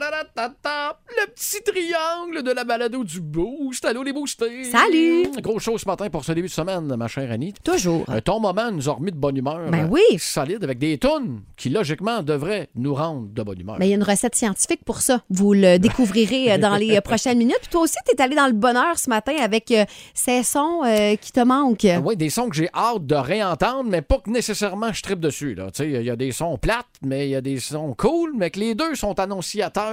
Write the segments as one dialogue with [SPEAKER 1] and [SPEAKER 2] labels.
[SPEAKER 1] Le petit triangle de la balado du boost. Allô, les boostés.
[SPEAKER 2] Salut.
[SPEAKER 1] Gros show ce matin pour ce début de semaine, ma chère Annie.
[SPEAKER 2] Toujours.
[SPEAKER 1] Euh, ton moment nous a remis de bonne humeur.
[SPEAKER 2] Ben
[SPEAKER 1] euh,
[SPEAKER 2] oui.
[SPEAKER 1] Solide avec des tunes qui, logiquement, devraient nous rendre de bonne humeur.
[SPEAKER 2] Mais il y a une recette scientifique pour ça. Vous le découvrirez euh, dans les euh, prochaines minutes. Puis toi aussi, tu es allé dans le bonheur ce matin avec euh, ces sons euh, qui te manquent.
[SPEAKER 1] Ah ouais, des sons que j'ai hâte de réentendre, mais pas que nécessairement je tripe dessus. là. Tu sais, Il y a des sons plates, mais il y a des sons cool, mais que les deux sont annonciateurs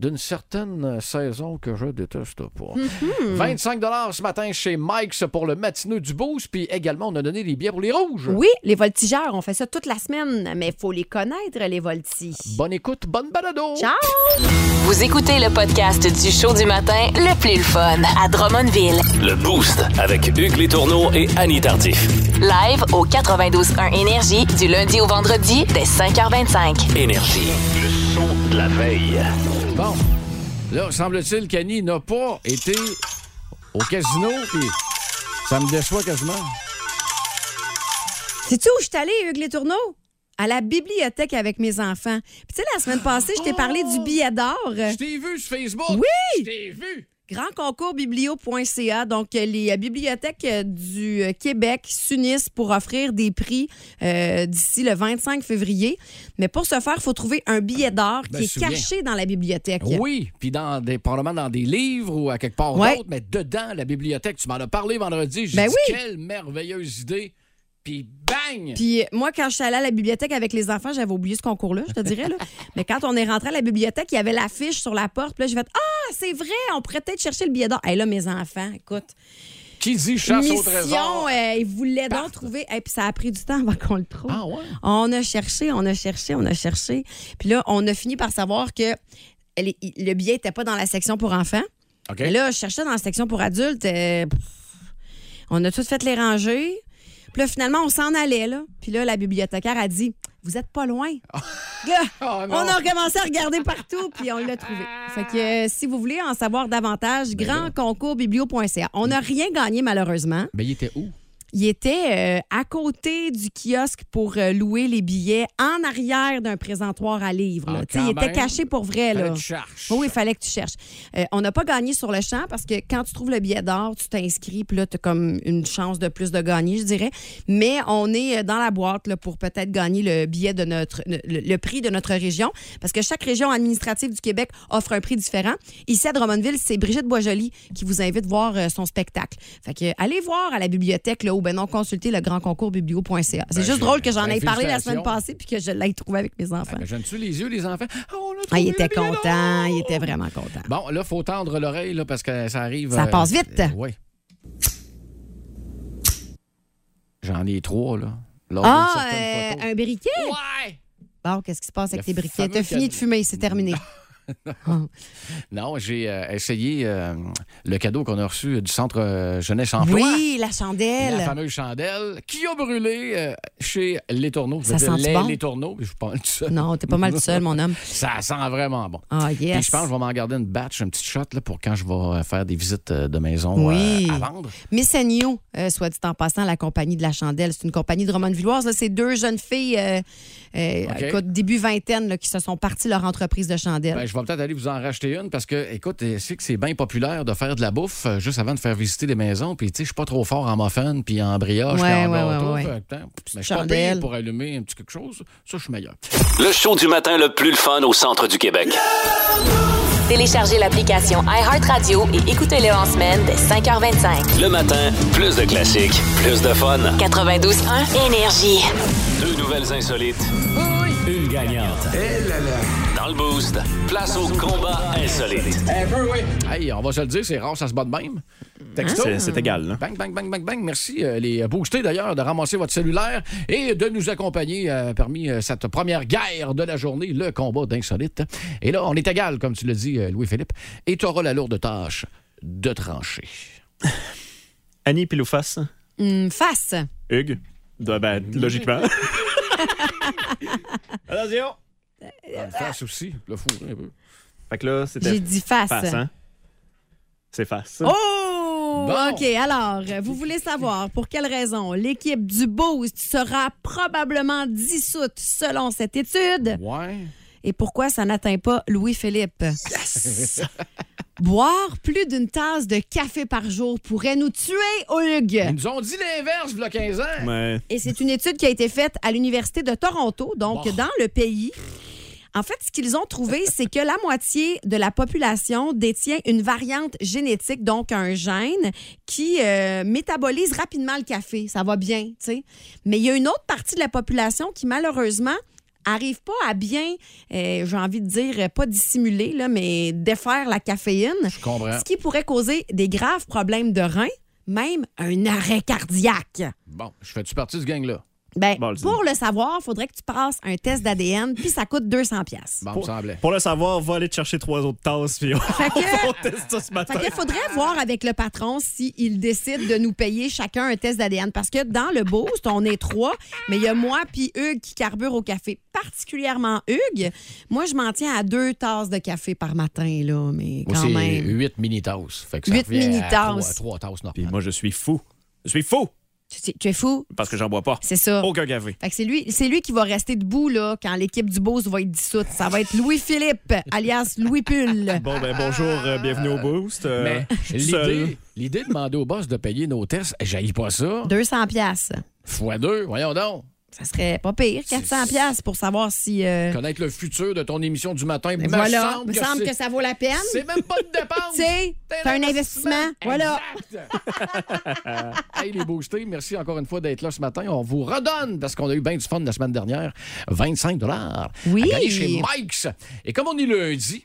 [SPEAKER 1] d'une certaine euh, saison que je déteste pas.
[SPEAKER 2] Mm-hmm.
[SPEAKER 1] 25 25 ce matin chez Mike's pour le matineux du Boost, puis également, on a donné des billets pour les rouges.
[SPEAKER 2] Oui, les voltigeurs, on fait ça toute la semaine, mais il faut les connaître, les voltis.
[SPEAKER 1] Bonne écoute, bonne balado!
[SPEAKER 2] Ciao!
[SPEAKER 3] Vous écoutez le podcast du show du matin le plus le fun à Drummondville.
[SPEAKER 4] Le Boost avec Hugues Létourneau et Annie Tardif.
[SPEAKER 3] Live au 92.1 Énergie du lundi au vendredi dès 5h25.
[SPEAKER 4] Énergie. Le son de la veille.
[SPEAKER 1] Bon, là, semble-t-il qu'Annie n'a pas été au casino, puis ça me déçoit quasiment.
[SPEAKER 2] Euh. Sais-tu où je suis allée, Hugues Les Tourneaux? À la bibliothèque avec mes enfants. Puis tu sais, la semaine passée, je t'ai parlé du billet d'or.
[SPEAKER 1] Je t'ai vu sur Facebook!
[SPEAKER 2] Oui!
[SPEAKER 1] Je t'ai vu!
[SPEAKER 2] Grand concours biblio.ca. Donc, euh, les euh, bibliothèques euh, du euh, Québec s'unissent pour offrir des prix euh, d'ici le 25 février. Mais pour ce faire, il faut trouver un billet d'or
[SPEAKER 1] Ben, je
[SPEAKER 2] qui est
[SPEAKER 1] me souviens.
[SPEAKER 2] caché dans la bibliothèque.
[SPEAKER 1] Oui, puis dans des, probablement dans des livres ou à quelque part
[SPEAKER 2] Ouais.
[SPEAKER 1] d'autre, mais dedans, la bibliothèque, tu m'en as parlé vendredi, j'ai
[SPEAKER 2] Ben
[SPEAKER 1] dit
[SPEAKER 2] oui.
[SPEAKER 1] quelle merveilleuse idée, puis bang!
[SPEAKER 2] Puis euh, moi, quand je suis allée à la bibliothèque avec les enfants, j'avais oublié ce concours-là, je te dirais. Là. Mais quand on est rentré à la bibliothèque, il y avait l'affiche sur la porte. Puis là, j'ai fait Ah, c'est vrai, on pourrait peut-être chercher le billet d'or. Et là, mes enfants, écoute.
[SPEAKER 1] Qui dit chasse au
[SPEAKER 2] Mission,
[SPEAKER 1] trésor?
[SPEAKER 2] euh, ils voulaient donc trouver. Et puis ça a pris du temps avant qu'on le trouve.
[SPEAKER 1] Ah ouais?
[SPEAKER 2] On a cherché, on a cherché, on a cherché. Puis là, on a fini par savoir que les- le billet n'était pas dans la section pour enfants.
[SPEAKER 1] OK.
[SPEAKER 2] Mais là, je cherchais dans la section pour adultes. euh, pff, on a tous fait les rangées. Puis là, finalement, on s'en allait, là. Puis là, la bibliothécaire a dit Vous êtes pas loin. Là,
[SPEAKER 1] Oh, non.
[SPEAKER 2] on a recommencé à regarder partout, puis on l'a trouvé. Fait que euh, si vous voulez en savoir davantage, grand concours biblio.ca. On n'a rien gagné, malheureusement.
[SPEAKER 1] Mais il était où?
[SPEAKER 2] Il était euh, à côté du kiosque pour euh, louer les billets, en arrière d'un présentoir à livres. là.
[SPEAKER 1] Ah,
[SPEAKER 2] Tu sais, il
[SPEAKER 1] quand
[SPEAKER 2] était
[SPEAKER 1] même.
[SPEAKER 2] caché pour vrai.
[SPEAKER 1] Fallait
[SPEAKER 2] Là.
[SPEAKER 1] que tu cherches.
[SPEAKER 2] Oui, il fallait que tu cherches. Euh, on n'a pas gagné sur le champ parce que quand tu trouves le billet d'or, tu t'inscris, puis là, tu as comme une chance de plus de gagner, je dirais. Mais on est euh, dans la boîte là, pour peut-être gagner le billet de notre le, le prix de notre région parce que chaque région administrative du Québec offre un prix différent. Ici à Drummondville, c'est Brigitte Boisjoli qui vous invite voir euh, son spectacle. Fait que euh, allez voir à la bibliothèque là, ou ben non, consultez le grand concours biblio.ca. C'est juste drôle que j'en
[SPEAKER 1] ben,
[SPEAKER 2] ai parlé la semaine
[SPEAKER 1] félicitations.
[SPEAKER 2] passée puis que je l'ai trouvé avec mes enfants.
[SPEAKER 1] Ben, J'aime-tu les yeux, les enfants? Ah, on a
[SPEAKER 2] Ah,
[SPEAKER 1] trouvé
[SPEAKER 2] il était
[SPEAKER 1] le billet
[SPEAKER 2] content,
[SPEAKER 1] d'or!
[SPEAKER 2] il était vraiment content.
[SPEAKER 1] Bon, là, faut tendre l'oreille là, parce que ça arrive. euh,
[SPEAKER 2] Ça passe vite.
[SPEAKER 1] oui. J'en ai trois, là. Lors d'une
[SPEAKER 2] Ah,
[SPEAKER 1] certaine photo.
[SPEAKER 2] euh, un briquet?
[SPEAKER 1] Ouais!
[SPEAKER 2] Bon, qu'est-ce qui se passe avec
[SPEAKER 1] Le
[SPEAKER 2] tes briquets?
[SPEAKER 1] fameux
[SPEAKER 2] T'as fini
[SPEAKER 1] cadeau.
[SPEAKER 2] de fumer, c'est terminé.
[SPEAKER 1] Non, j'ai euh, essayé euh, le cadeau qu'on a reçu du Centre euh, Jeunesse Emploi.
[SPEAKER 2] Oui, la
[SPEAKER 1] La
[SPEAKER 2] chandelle.
[SPEAKER 1] fameuse chandelle qui a brûlé euh, chez Les Tourneaux. Je
[SPEAKER 2] Ça
[SPEAKER 1] veux dire,
[SPEAKER 2] sent
[SPEAKER 1] les,
[SPEAKER 2] bon?
[SPEAKER 1] les Tourneaux, je pense tout seul.
[SPEAKER 2] Non, t'es pas mal tout seul, mon homme.
[SPEAKER 1] Ça sent vraiment bon.
[SPEAKER 2] Ah,
[SPEAKER 1] Puis
[SPEAKER 2] yes.
[SPEAKER 1] je pense que je vais m'en garder une batch, une petite shot là, pour quand je vais euh, faire des visites euh, de maison euh,
[SPEAKER 2] Oui.
[SPEAKER 1] à vendre.
[SPEAKER 2] Miss Agnew, euh, soit dit en passant, la compagnie de la chandelle, c'est une compagnie de Drummondvilloise. Là, C'est deux jeunes filles, euh, euh,
[SPEAKER 1] OK.
[SPEAKER 2] écoute, début vingtaine, là, qui se sont parties leur entreprise de chandelle.
[SPEAKER 1] Ben, je vais peut-être aller vous en racheter une parce que, écoute, je sais que c'est bien populaire de faire de la bouffe euh, juste avant de faire visiter les maisons. Puis, tu sais, je suis pas trop fort en muffins, puis en brioche,
[SPEAKER 2] Ouais,
[SPEAKER 1] puis en
[SPEAKER 2] ouais,
[SPEAKER 1] gâteau.
[SPEAKER 2] ouais, ouais.
[SPEAKER 1] Fait que, attends, mais je suis pas
[SPEAKER 2] chandelle.
[SPEAKER 1] pire pour allumer un petit quelque chose. Ça, je suis meilleur.
[SPEAKER 4] Le show du matin le plus fun au centre du Québec.
[SPEAKER 3] Téléchargez l'application iHeartRadio et écoutez-le en semaine dès 5h25.
[SPEAKER 4] Le matin, plus de classiques, plus de fun.
[SPEAKER 3] 92.1 Énergie.
[SPEAKER 4] Deux nouvelles insolites. Une gagnante. Dans le Boost, place au combat insolite.
[SPEAKER 1] Hey, on va se le dire, c'est rare, ça se bat de même. Texto.
[SPEAKER 5] C'est c'est égal, là.
[SPEAKER 1] Bang, bang, bang, bang, bang. Merci, euh, les boostés d'ailleurs, de ramasser votre cellulaire et de nous accompagner euh, parmi euh, cette première guerre de la journée, le combat d'insolite. Et là, on est égal, comme tu le dis, euh, Louis-Philippe, et tu auras la lourde tâche de trancher.
[SPEAKER 5] Annie Pilouface,
[SPEAKER 1] Ben,
[SPEAKER 2] Hum, face.
[SPEAKER 5] Hugues. Ben, ben, logiquement. Attention!
[SPEAKER 1] Dans le face aussi, le fou euh, un peu.
[SPEAKER 5] Fait que là,
[SPEAKER 2] J'ai
[SPEAKER 5] c'était hein?
[SPEAKER 2] dit face.
[SPEAKER 5] face, hein? C'est face.
[SPEAKER 2] Oh! Oh,
[SPEAKER 1] Bon.
[SPEAKER 2] OK. Alors, vous voulez savoir pour quelle raison l'équipe du Boost sera probablement dissoute selon cette étude
[SPEAKER 1] Ouais.
[SPEAKER 2] et pourquoi ça n'atteint pas Louis-Philippe? Boire plus d'une tasse de café par jour pourrait nous tuer, Hugues.
[SPEAKER 1] Ils nous ont dit l'inverse, il y a 15 ans.
[SPEAKER 5] Mais
[SPEAKER 2] Et c'est une étude qui a été faite à l'Université de Toronto, donc
[SPEAKER 1] Bon.
[SPEAKER 2] dans le pays. En fait, ce qu'ils ont trouvé, c'est que la moitié de la population détient une variante génétique, donc un gène, qui euh, métabolise rapidement le café. Ça va bien, tu sais. Mais il y a une autre partie de la population qui, malheureusement, arrive pas à bien, euh, j'ai envie de dire, euh, pas dissimuler, là, mais défaire la caféine,
[SPEAKER 1] Je comprends.
[SPEAKER 2] ce qui pourrait causer des graves problèmes de reins, même un arrêt cardiaque.
[SPEAKER 1] Bon, je fais-tu partie de ce gang-là?
[SPEAKER 2] Ben,
[SPEAKER 5] Bon, le
[SPEAKER 2] pour le savoir, faudrait que tu passes un test d'ADN, puis ça coûte 200 pièces.
[SPEAKER 1] Bon, me
[SPEAKER 5] Pour-
[SPEAKER 1] semblait.
[SPEAKER 5] pour le savoir, va aller te chercher trois autres tasses, puis on,
[SPEAKER 2] Fait que-
[SPEAKER 5] on teste ça ce matin.
[SPEAKER 2] Fait qu'il faudrait voir avec le patron s'il décide de nous payer chacun un test d'ADN. Parce que dans le boost, on est trois, mais il y a moi puis Hugues qui carbure au café. Particulièrement Hugues. Moi, je m'en tiens à deux tasses de café par matin, là, mais
[SPEAKER 1] Moi,
[SPEAKER 2] quand
[SPEAKER 1] c'est
[SPEAKER 2] même.
[SPEAKER 1] 8 mini-tasses. Fait que ça
[SPEAKER 2] Huit
[SPEAKER 1] revient à
[SPEAKER 2] mini-tasses.
[SPEAKER 1] trois- trois tasses
[SPEAKER 5] Puis
[SPEAKER 1] normales.
[SPEAKER 5] moi, je suis fou. Je suis fou
[SPEAKER 2] Tu, sais, tu es fou?
[SPEAKER 5] parce que j'en bois pas.
[SPEAKER 2] C'est ça.
[SPEAKER 5] Aucun café.
[SPEAKER 2] Fait que c'est lui, c'est lui qui va rester debout là, quand l'équipe du Boost va être dissoute. Ça va être Louis-Philippe, alias Louis Pull.
[SPEAKER 5] Bon, ben bonjour, euh, bienvenue au Boost. Euh,
[SPEAKER 1] Mais
[SPEAKER 5] je suis seul.
[SPEAKER 1] l'idée, l'idée de demander au boss de payer nos tests, j'aille pas ça.
[SPEAKER 2] 200 pièces.
[SPEAKER 1] Fois deux, voyons donc.
[SPEAKER 2] Ça serait pas pire, 400 pièces pour savoir si... euh,
[SPEAKER 1] Connaître le futur de ton émission du matin,
[SPEAKER 2] ben
[SPEAKER 1] me
[SPEAKER 2] voilà,
[SPEAKER 1] semble
[SPEAKER 2] me
[SPEAKER 1] que
[SPEAKER 2] semble
[SPEAKER 1] c'est-
[SPEAKER 2] que ça vaut la peine.
[SPEAKER 1] C'est même pas de dépense.
[SPEAKER 2] Tu sais, c'est un investissement. Voilà.
[SPEAKER 1] Exact. hey, les boostés, merci encore une fois d'être là ce matin. On vous redonne, parce qu'on a eu bien du fun la semaine dernière, 25 dollars
[SPEAKER 2] Oui.
[SPEAKER 1] à gagner chez Mike's. Et comme on est lundi,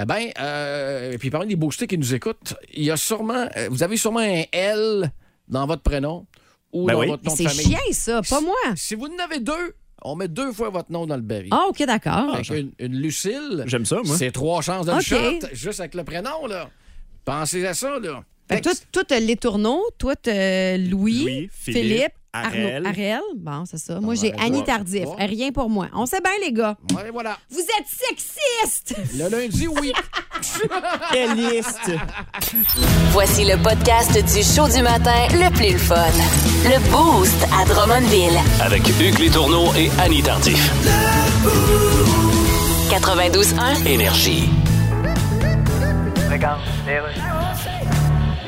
[SPEAKER 1] eh bien, euh, puis parmi les boostés qui nous écoutent, il y a sûrement, euh, vous avez sûrement un L dans votre prénom ou
[SPEAKER 5] Ben
[SPEAKER 1] dans
[SPEAKER 5] oui.
[SPEAKER 1] votre nom de
[SPEAKER 2] C'est
[SPEAKER 1] famille.
[SPEAKER 2] chien, ça, pas moi.
[SPEAKER 1] Si vous en avez deux, on met deux fois votre nom dans le baril.
[SPEAKER 2] Ah, OK, d'accord.
[SPEAKER 1] Fait qu'une- une, Lucille.
[SPEAKER 5] J'aime ça, moi.
[SPEAKER 1] C'est trois chances de le
[SPEAKER 2] OK.
[SPEAKER 1] shot, juste avec le prénom, là. Pensez à ça, là.
[SPEAKER 2] Fait que toi,
[SPEAKER 1] Texte.
[SPEAKER 2] toi, t'as euh, les tourneaux, toi, t'as Louis,
[SPEAKER 5] Louis,
[SPEAKER 2] Philippe,
[SPEAKER 5] Philippe,
[SPEAKER 2] Arnaud,
[SPEAKER 5] Ariel.
[SPEAKER 2] Ariel. Bon, c'est ça. Moi, j'ai
[SPEAKER 1] arrête,
[SPEAKER 2] Annie
[SPEAKER 1] ouais.
[SPEAKER 2] Tardif.
[SPEAKER 1] Bon.
[SPEAKER 2] Rien pour moi. On sait bien, les gars.
[SPEAKER 1] Ouais, voilà.
[SPEAKER 2] Vous êtes sexistes!
[SPEAKER 1] Le lundi, oui.
[SPEAKER 5] Quelle liste!
[SPEAKER 3] Voici le podcast du show du matin le plus le fun. Le Boost à Drummondville.
[SPEAKER 4] Avec Hugues Létourneau et Annie Tardif.
[SPEAKER 3] 92.1.
[SPEAKER 4] Énergie.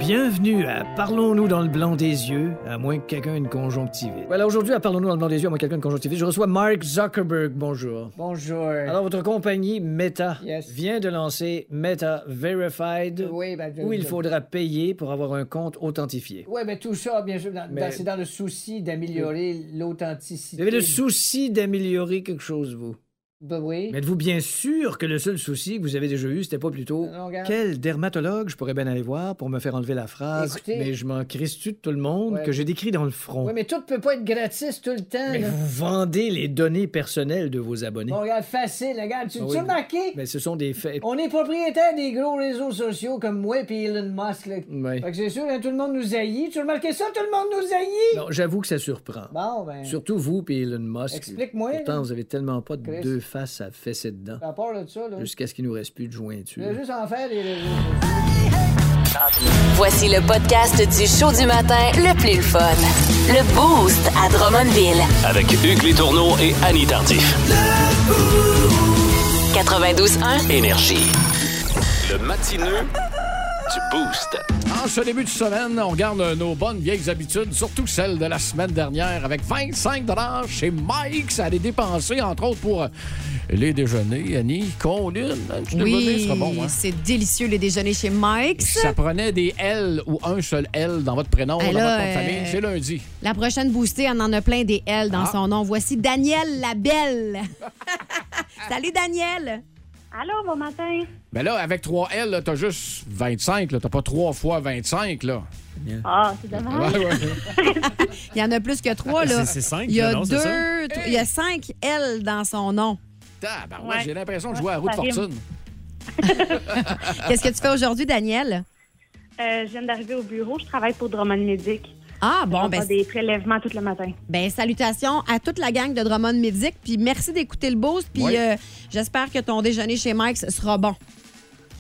[SPEAKER 6] Bienvenue à Parlons-nous dans le blanc des yeux, à moins que quelqu'un ait une conjonctivite. Voilà, aujourd'hui à Parlons-nous dans le blanc des yeux, à moins que quelqu'un ait une conjonctivite, je reçois Mark Zuckerberg. Bonjour.
[SPEAKER 7] Bonjour.
[SPEAKER 6] Alors, votre compagnie Meta
[SPEAKER 7] Yes.
[SPEAKER 6] vient de lancer Meta Verified,
[SPEAKER 7] Oui, ben, je-
[SPEAKER 6] où il
[SPEAKER 7] je-
[SPEAKER 6] faudra payer pour avoir un compte authentifié.
[SPEAKER 7] Oui, mais tout ça, bien sûr, dans-
[SPEAKER 6] Mais-
[SPEAKER 7] dans- c'est dans le souci d'améliorer l'authenticité.
[SPEAKER 6] Vous avez le souci d'améliorer quelque chose, vous.
[SPEAKER 7] Ben oui.
[SPEAKER 6] Mais êtes-vous bien sûr que le seul souci que vous avez déjà eu, c'était pas plutôt
[SPEAKER 7] Non, Euh, regarde.
[SPEAKER 6] quel dermatologue je pourrais bien aller voir pour me faire enlever la phrase
[SPEAKER 7] Écoutez-
[SPEAKER 6] Mais je m'en crisse-tu de tout le monde
[SPEAKER 7] Ouais.
[SPEAKER 6] que j'ai décrit dans le front.
[SPEAKER 7] Oui, mais tout peut pas être gratis tout le temps.
[SPEAKER 6] Mais
[SPEAKER 7] là.
[SPEAKER 6] vous vendez les données personnelles de vos abonnés.
[SPEAKER 7] Bon, regarde, facile, regarde. Tu
[SPEAKER 6] Ah
[SPEAKER 7] tu
[SPEAKER 6] oui,
[SPEAKER 7] as remarqué?
[SPEAKER 6] Mais ce sont des faits.
[SPEAKER 7] On est propriétaire des gros réseaux sociaux comme moi et Elon Musk. Là.
[SPEAKER 6] Ouais.
[SPEAKER 7] Fait que c'est sûr, hein, tout le monde nous haït. Tu as remarqué ça? Tout le monde nous haït!
[SPEAKER 6] Non, j'avoue que ça surprend.
[SPEAKER 7] Bon, ben,
[SPEAKER 6] Surtout vous puis Elon Musk.
[SPEAKER 7] Explique-moi, là.
[SPEAKER 6] Pourtant, vous avez tellement pas de
[SPEAKER 7] Chris.
[SPEAKER 6] deux faces à fesser dedans.
[SPEAKER 7] à part de ça, là, je
[SPEAKER 6] Jusqu'à ce qu'il nous reste plus de jointure.
[SPEAKER 7] vais juste en faire les réseaux sociaux.
[SPEAKER 3] Voici le podcast du show du matin le plus le fun. Le Boost à Drummondville.
[SPEAKER 4] Avec Hugues Létourneau et Annie Tardif.
[SPEAKER 3] 92.1.
[SPEAKER 4] Énergie. Le matineux du Boost.
[SPEAKER 1] En ce début de semaine, on garde nos bonnes vieilles habitudes, surtout celles de la semaine dernière, avec 25 chez Mike. Ça allait dépenser, entre autres, pour euh, les déjeuners, Annie. Hein, Colline, un petit déjeuner
[SPEAKER 2] Oui,
[SPEAKER 1] serait bon, hein?
[SPEAKER 2] c'est délicieux, les déjeuners chez Mike's.
[SPEAKER 1] Ça prenait des L ou un seul L dans votre prénom,
[SPEAKER 2] Eh
[SPEAKER 1] dans
[SPEAKER 2] là,
[SPEAKER 1] votre nom de famille.
[SPEAKER 2] euh,
[SPEAKER 1] C'est lundi.
[SPEAKER 2] La prochaine boostée, on en a plein des L dans
[SPEAKER 1] Ah.
[SPEAKER 2] son nom. Voici Daniel Labelle. Salut, Daniel.
[SPEAKER 8] Allô, bon matin.
[SPEAKER 1] Mais là, avec 3 L, là, t'as juste 25. là. T'as pas 3 fois 25, là.
[SPEAKER 8] Ah, c'est dommage.
[SPEAKER 1] Ouais, ouais.
[SPEAKER 2] Il y en a plus que trois, là.
[SPEAKER 5] Ah, C'est- c'est cinq,
[SPEAKER 2] Il y a
[SPEAKER 5] non, c'est
[SPEAKER 2] deux, trois- il y a cinq L dans son nom.
[SPEAKER 1] Tabarouette,
[SPEAKER 8] Ouais.
[SPEAKER 1] j'ai l'impression de jouer à la roue de
[SPEAKER 8] Ça rime.
[SPEAKER 1] fortune.
[SPEAKER 5] Ah.
[SPEAKER 2] Qu'est-ce que tu fais aujourd'hui, Daniel?
[SPEAKER 8] Euh, je viens d'arriver au bureau. Je travaille pour Drummond Medic.
[SPEAKER 2] Ah, bon,
[SPEAKER 8] On
[SPEAKER 2] ben,
[SPEAKER 8] fait des prélèvements tout le matin.
[SPEAKER 2] ben, salutations à toute la gang de Drummond Médic. Puis merci d'écouter le boost. Puis
[SPEAKER 1] Ouais.
[SPEAKER 2] euh, j'espère que ton déjeuner chez Mike sera bon.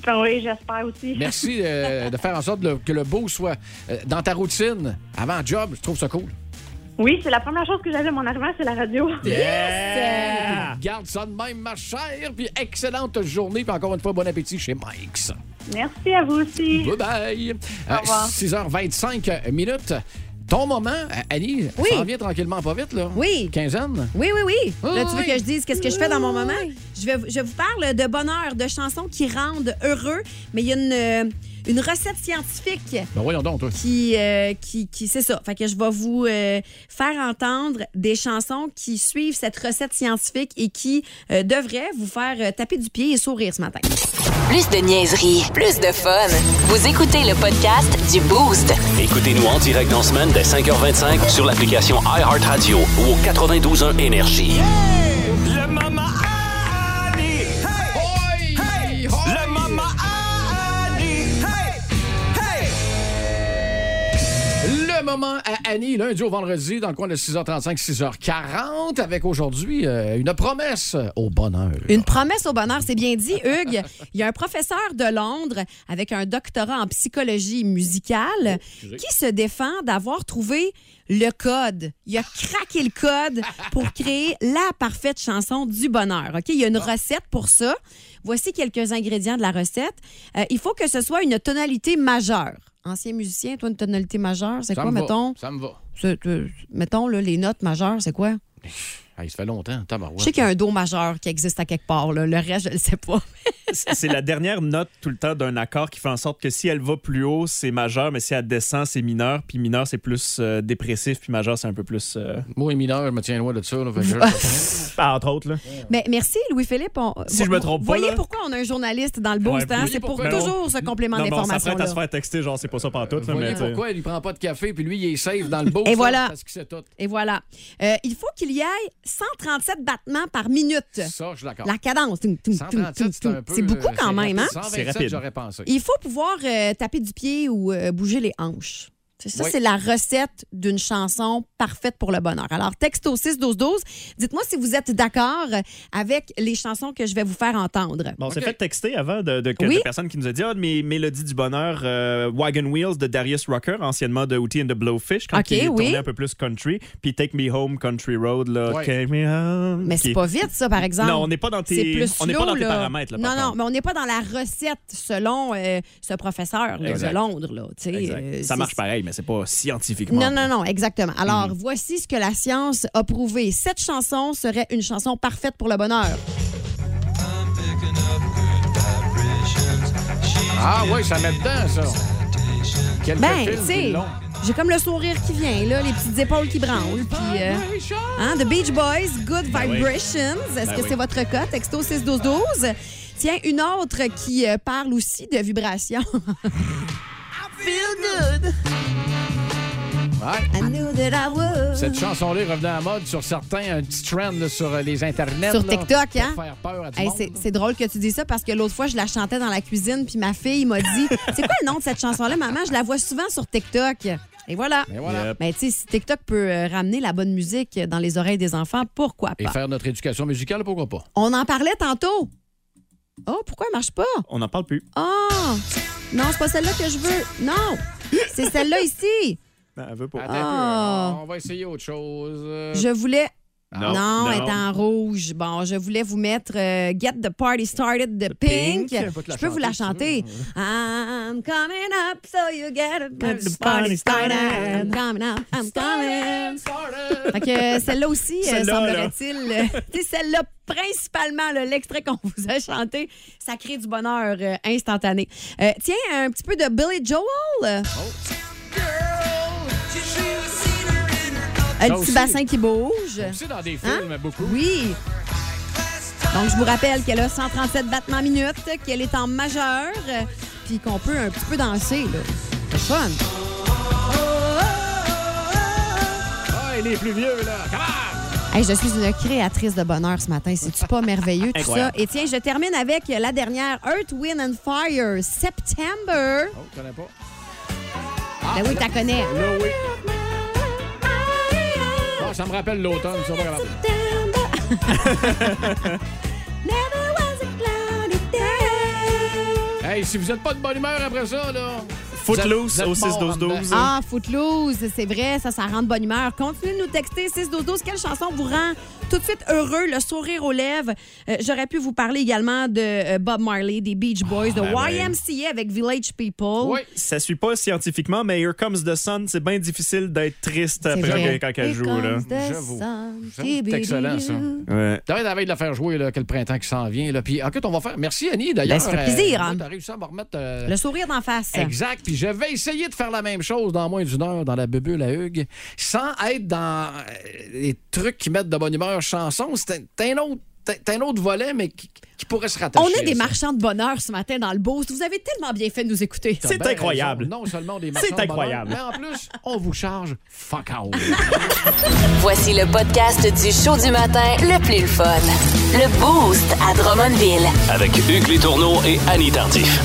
[SPEAKER 8] Ben oui, j'espère aussi.
[SPEAKER 1] Merci euh, de faire en sorte le- que le beau soit euh, dans ta routine avant job. Je trouve ça cool.
[SPEAKER 8] Oui, c'est la première chose que j'avais à mon arrivant, c'est la radio.
[SPEAKER 1] Yeah! Garde ça de même, ma chère. Puis excellente journée. Puis encore une fois, bon appétit chez Mike's. Euh,
[SPEAKER 8] Merci à vous aussi.
[SPEAKER 1] Bye bye.
[SPEAKER 8] Au revoir.
[SPEAKER 1] 6h25 minutes. Ton moment, euh, Annie,
[SPEAKER 2] Oui.
[SPEAKER 1] ça en vient tranquillement pas vite, là.
[SPEAKER 2] Oui.
[SPEAKER 1] Quinzaine.
[SPEAKER 2] Oui, oui, oui.
[SPEAKER 1] Oui,
[SPEAKER 2] Là, tu veux
[SPEAKER 1] oui.
[SPEAKER 2] que je dise qu'est-ce que je fais dans mon moment? Je, vais, je vous parle de bonheur, de chansons qui rendent heureux, mais il y a une, euh, une recette scientifique
[SPEAKER 1] Ben voyons donc, toi.
[SPEAKER 2] qui, euh, qui, qui- c'est ça. Fait que je vais vous euh, faire entendre des chansons qui suivent cette recette scientifique et qui euh, devraient vous faire euh, taper du pied et sourire ce matin.
[SPEAKER 3] Plus de niaiserie, plus de fun. Vous écoutez le podcast du Boost.
[SPEAKER 4] Écoutez-nous en direct en semaine dès 5h25 sur l'application iHeartRadio ou au 92.1 Énergie.
[SPEAKER 5] Le Mama Annie! Hey!
[SPEAKER 1] Hoi!
[SPEAKER 5] Hey!
[SPEAKER 1] Hoi!
[SPEAKER 5] Le Mama Annie! Hey! Hey!
[SPEAKER 1] Le moment à Annie, lundi au vendredi, dans le coin de 6h35, 6h40, avec aujourd'hui euh, une promesse au bonheur.
[SPEAKER 2] Une promesse au bonheur, c'est bien dit, Hugues. Il y a un professeur de Londres avec un doctorat en psychologie
[SPEAKER 1] Oh,
[SPEAKER 2] musicale qui se défend d'avoir trouvé le code. Il a craqué le code pour créer la parfaite chanson du bonheur. Ok, Il y a une recette pour ça. Voici quelques ingrédients de la recette. Euh, il faut que ce soit une tonalité majeure. Ancien musicien, toi, une tonalité majeure, c'est
[SPEAKER 1] Ça
[SPEAKER 2] quoi,
[SPEAKER 1] me va,
[SPEAKER 2] mettons?
[SPEAKER 1] Ça me va.
[SPEAKER 2] C'est, euh, mettons, là, les notes majeures, c'est quoi?
[SPEAKER 1] Hey, ça fait longtemps, tabarouette.
[SPEAKER 2] Je sais qu'il y a un do majeur qui existe à quelque part. là. Le reste, je ne le sais pas.
[SPEAKER 5] C'est c'est la dernière note tout le temps d'un accord qui fait en sorte que si elle va plus haut, c'est majeur, mais si elle descend, c'est mineur. Puis mineur, c'est plus euh, dépressif, puis majeur, c'est un peu plus. euh,
[SPEAKER 1] Moi et mineur, je me tiens loin de ça. là, fait que je-
[SPEAKER 5] entre autres, là.
[SPEAKER 2] Mais merci, Louis-Philippe. On-
[SPEAKER 5] Si je me trompe pas,
[SPEAKER 2] Voyez
[SPEAKER 5] là.
[SPEAKER 2] pourquoi on a un journaliste dans le boost.
[SPEAKER 5] Ouais,
[SPEAKER 2] hein?
[SPEAKER 5] oui,
[SPEAKER 2] C'est pour
[SPEAKER 5] pourquoi?
[SPEAKER 2] toujours ce complément
[SPEAKER 5] non, mais on
[SPEAKER 2] d'information.
[SPEAKER 5] s'apprête à se faire texter, genre, c'est pas ça pantoute, là,
[SPEAKER 1] Voyez
[SPEAKER 5] mais.
[SPEAKER 1] pourquoi il prend pas de café, puis lui, il est safe dans le beau.
[SPEAKER 2] Et
[SPEAKER 1] ça,
[SPEAKER 2] voilà.
[SPEAKER 1] Parce que c'est tout.
[SPEAKER 2] Et voilà. Euh, il faut qu'il y ait 137 battements par minute.
[SPEAKER 1] Ça, je suis d'accord.
[SPEAKER 2] La cadence. Tum, tum, tum, tum,
[SPEAKER 1] 137, c'est un
[SPEAKER 2] tum.
[SPEAKER 1] peu.
[SPEAKER 2] C'est beaucoup
[SPEAKER 1] euh,
[SPEAKER 2] quand même. hein?
[SPEAKER 1] rapide.
[SPEAKER 5] C'est
[SPEAKER 1] 127,
[SPEAKER 5] rapide.
[SPEAKER 1] j'aurais pensé.
[SPEAKER 2] Il faut pouvoir euh, taper du pied ou euh, bouger les hanches. C'est ça,
[SPEAKER 1] Oui.
[SPEAKER 2] c'est la recette d'une chanson parfaite pour le bonheur. Alors, texte au 6-12-12. Dites-moi si vous êtes d'accord avec les chansons que je vais vous faire entendre.
[SPEAKER 5] Bon, on s'est
[SPEAKER 1] Ok.
[SPEAKER 5] fait texter avant de, de, que-
[SPEAKER 2] Oui.
[SPEAKER 5] de personnes qui nous a dit Ah, mais Mélodie du bonheur, euh, Wagon Wheels de Darius Rucker, anciennement de Hootie and the Blowfish, quand
[SPEAKER 2] Ok,
[SPEAKER 5] il
[SPEAKER 2] oui.
[SPEAKER 5] tournait un peu plus country. Puis Take Me Home, Country Road, là.
[SPEAKER 1] Ouais.
[SPEAKER 5] Take me home.
[SPEAKER 2] Mais c'est
[SPEAKER 5] Qui-
[SPEAKER 2] pas vite, ça, par exemple.
[SPEAKER 5] Non, on n'est pas dans tes,
[SPEAKER 2] C'est plus
[SPEAKER 5] on n'est pas
[SPEAKER 2] slow,
[SPEAKER 5] dans tes
[SPEAKER 2] là.
[SPEAKER 5] paramètres, là, par
[SPEAKER 2] Non, non,
[SPEAKER 5] contre.
[SPEAKER 2] mais on n'est pas dans la recette selon euh, ce professeur là,
[SPEAKER 5] Exact.
[SPEAKER 2] de Londres. Là, tu sais,
[SPEAKER 5] Exact.
[SPEAKER 2] euh,
[SPEAKER 5] ça
[SPEAKER 2] c'est-
[SPEAKER 5] marche pareil, mais c'est pas Mm. scientifiquement.
[SPEAKER 2] Non, non, non, exactement. Alors, voici ce que la science a prouvé. Cette chanson serait une chanson parfaite pour le bonheur.
[SPEAKER 1] Ah, oui, ça met dedans, ça. Quelques
[SPEAKER 2] Ben,
[SPEAKER 1] films
[SPEAKER 2] tu
[SPEAKER 1] qui
[SPEAKER 2] sais,
[SPEAKER 1] l'ont.
[SPEAKER 2] j'ai comme le sourire qui vient, là, les petites épaules qui branlent. Puis,
[SPEAKER 1] Ben,
[SPEAKER 2] euh, hein, The Beach Boys, Good
[SPEAKER 5] Ben oui.
[SPEAKER 2] Vibrations. Est-ce
[SPEAKER 5] Ben
[SPEAKER 2] que
[SPEAKER 5] oui.
[SPEAKER 2] c'est votre cas? Texto 61212. Tiens, une autre qui euh, parle aussi de vibrations.
[SPEAKER 1] Ouais.
[SPEAKER 2] I knew that I would.
[SPEAKER 1] Cette chanson-là est revenue à la mode sur certains, un petit trend là, sur euh, les internets.
[SPEAKER 2] Sur
[SPEAKER 1] là,
[SPEAKER 2] TikTok,
[SPEAKER 1] pour
[SPEAKER 2] hein?
[SPEAKER 1] faire peur à tout le
[SPEAKER 2] Hey,
[SPEAKER 1] monde,
[SPEAKER 2] c'est-
[SPEAKER 1] là.
[SPEAKER 2] c'est drôle que tu dis ça parce que l'autre fois, je la chantais dans la cuisine, puis ma fille m'a dit C'est quoi le nom de cette chanson-là, maman Je la vois souvent sur TikTok. Et voilà.
[SPEAKER 1] Mais voilà.
[SPEAKER 5] Yep.
[SPEAKER 2] Mais tu sais, si TikTok peut euh, ramener la bonne musique dans les oreilles des enfants, pourquoi
[SPEAKER 1] Et
[SPEAKER 2] pas
[SPEAKER 1] faire notre éducation musicale, pourquoi pas?
[SPEAKER 2] On en parlait tantôt. Oh, pourquoi elle marche pas
[SPEAKER 5] On n'en parle plus.
[SPEAKER 2] Oh Non, c'est pas celle-là que je veux. Non C'est celle-là ici.
[SPEAKER 5] Non, Ben, elle veut pas.
[SPEAKER 1] Attends un peu, on va essayer autre chose. Euh,
[SPEAKER 2] Ah. Je voulais.
[SPEAKER 5] Non, non.
[SPEAKER 2] elle est en rouge. Bon, je voulais vous mettre euh, Get the Party Started de Pink.
[SPEAKER 5] Pink.
[SPEAKER 2] Je
[SPEAKER 5] Elle
[SPEAKER 2] peux
[SPEAKER 5] va te la
[SPEAKER 2] vous la chanter. I'm coming up, so you get a the party started. I'm coming up, I'm coming. Fait que celle-là aussi, euh,
[SPEAKER 5] Celle-là,
[SPEAKER 2] semblerait-il. euh, tu sais, celle-là, principalement, là, l'extrait qu'on vous a chanté, ça crée du bonheur euh, instantané. Euh, tiens, un petit peu de Billy Joel. Un
[SPEAKER 1] Ça
[SPEAKER 2] petit
[SPEAKER 1] aussi.
[SPEAKER 2] bassin qui bouge.
[SPEAKER 1] C'est dans des
[SPEAKER 2] Hein?
[SPEAKER 1] films, beaucoup.
[SPEAKER 2] Oui. Donc, je vous rappelle qu'elle a 137 battements minutes, qu'elle est en majeur, euh, puis qu'on peut un petit peu danser, là. C'est fun.
[SPEAKER 1] Ah, il est plus vieux, là. Come
[SPEAKER 2] Hey, je suis une créatrice de bonheur ce matin. C'est-tu pas merveilleux, tout ça?
[SPEAKER 5] Incroyable.
[SPEAKER 2] Et tiens, je termine avec la dernière, Earth, Wind and Fire, September.
[SPEAKER 1] on! Oh, je connais pas.
[SPEAKER 2] Ben oui, t'as connais.
[SPEAKER 1] Ah, Là, oui. Ah, ça me rappelle l'automne, ça. pas grave.
[SPEAKER 2] Never was a cloudy day.
[SPEAKER 1] Hey, si vous êtes pas de bonne humeur après ça, là.
[SPEAKER 5] Footloose
[SPEAKER 1] Vous êtes- vous
[SPEAKER 5] au
[SPEAKER 1] êtes morts en
[SPEAKER 5] 6-12-12.
[SPEAKER 1] dedans.
[SPEAKER 2] Ah, Footloose, c'est vrai, ça, ça rend de bonne humeur. Continuez de nous texter 6-12-12. Quelle chanson vous rend tout de suite heureux, le sourire aux lèvres? Euh, J'aurais pu vous parler également de euh, Bob Marley, des Beach Boys, de
[SPEAKER 5] ben ouais.
[SPEAKER 2] YMCA avec Village People.
[SPEAKER 1] Ah, Oui.
[SPEAKER 5] Ça suit pas scientifiquement, mais Here Comes the Sun, c'est bien difficile d'être triste après
[SPEAKER 2] vrai.
[SPEAKER 5] quand elle joue. Là.
[SPEAKER 1] J'avoue. C'est excellent, ça.
[SPEAKER 5] Ouais.
[SPEAKER 1] T'as la veille de la faire jouer, là, que le printemps qui s'en vient. Là. Puis, écoute, on va faire. Merci, Annie, d'ailleurs.
[SPEAKER 2] Ben, ça fait plaisir,
[SPEAKER 1] euh,
[SPEAKER 2] hein.
[SPEAKER 1] T'as réussi à me remettre. euh,
[SPEAKER 2] Le sourire d'en face.
[SPEAKER 1] Exact. Puis je vais essayer de faire la même chose dans moins d'une heure dans la bubule à Hugues, sans être dans euh, les trucs qui mettent de bonne humeur chansons. C'est un- c'est un, autre- c'est un autre volet, mais qui, qui pourrait se rattacher.
[SPEAKER 2] On est
[SPEAKER 1] à
[SPEAKER 2] des
[SPEAKER 1] ça.
[SPEAKER 2] marchands de bonheur ce matin dans le Beauce. Vous avez tellement bien fait de nous écouter.
[SPEAKER 1] T'as
[SPEAKER 5] C'est
[SPEAKER 1] bien
[SPEAKER 5] incroyable.
[SPEAKER 1] raison. Non seulement des
[SPEAKER 5] C'est
[SPEAKER 1] marchands de bonheur,
[SPEAKER 5] incroyable.
[SPEAKER 1] mais en plus, on vous charge fuck out.
[SPEAKER 3] Voici le podcast du show du matin le plus le fun. Le Boost à Drummondville.
[SPEAKER 4] Avec Hugues Létourneau et Annie Tardif.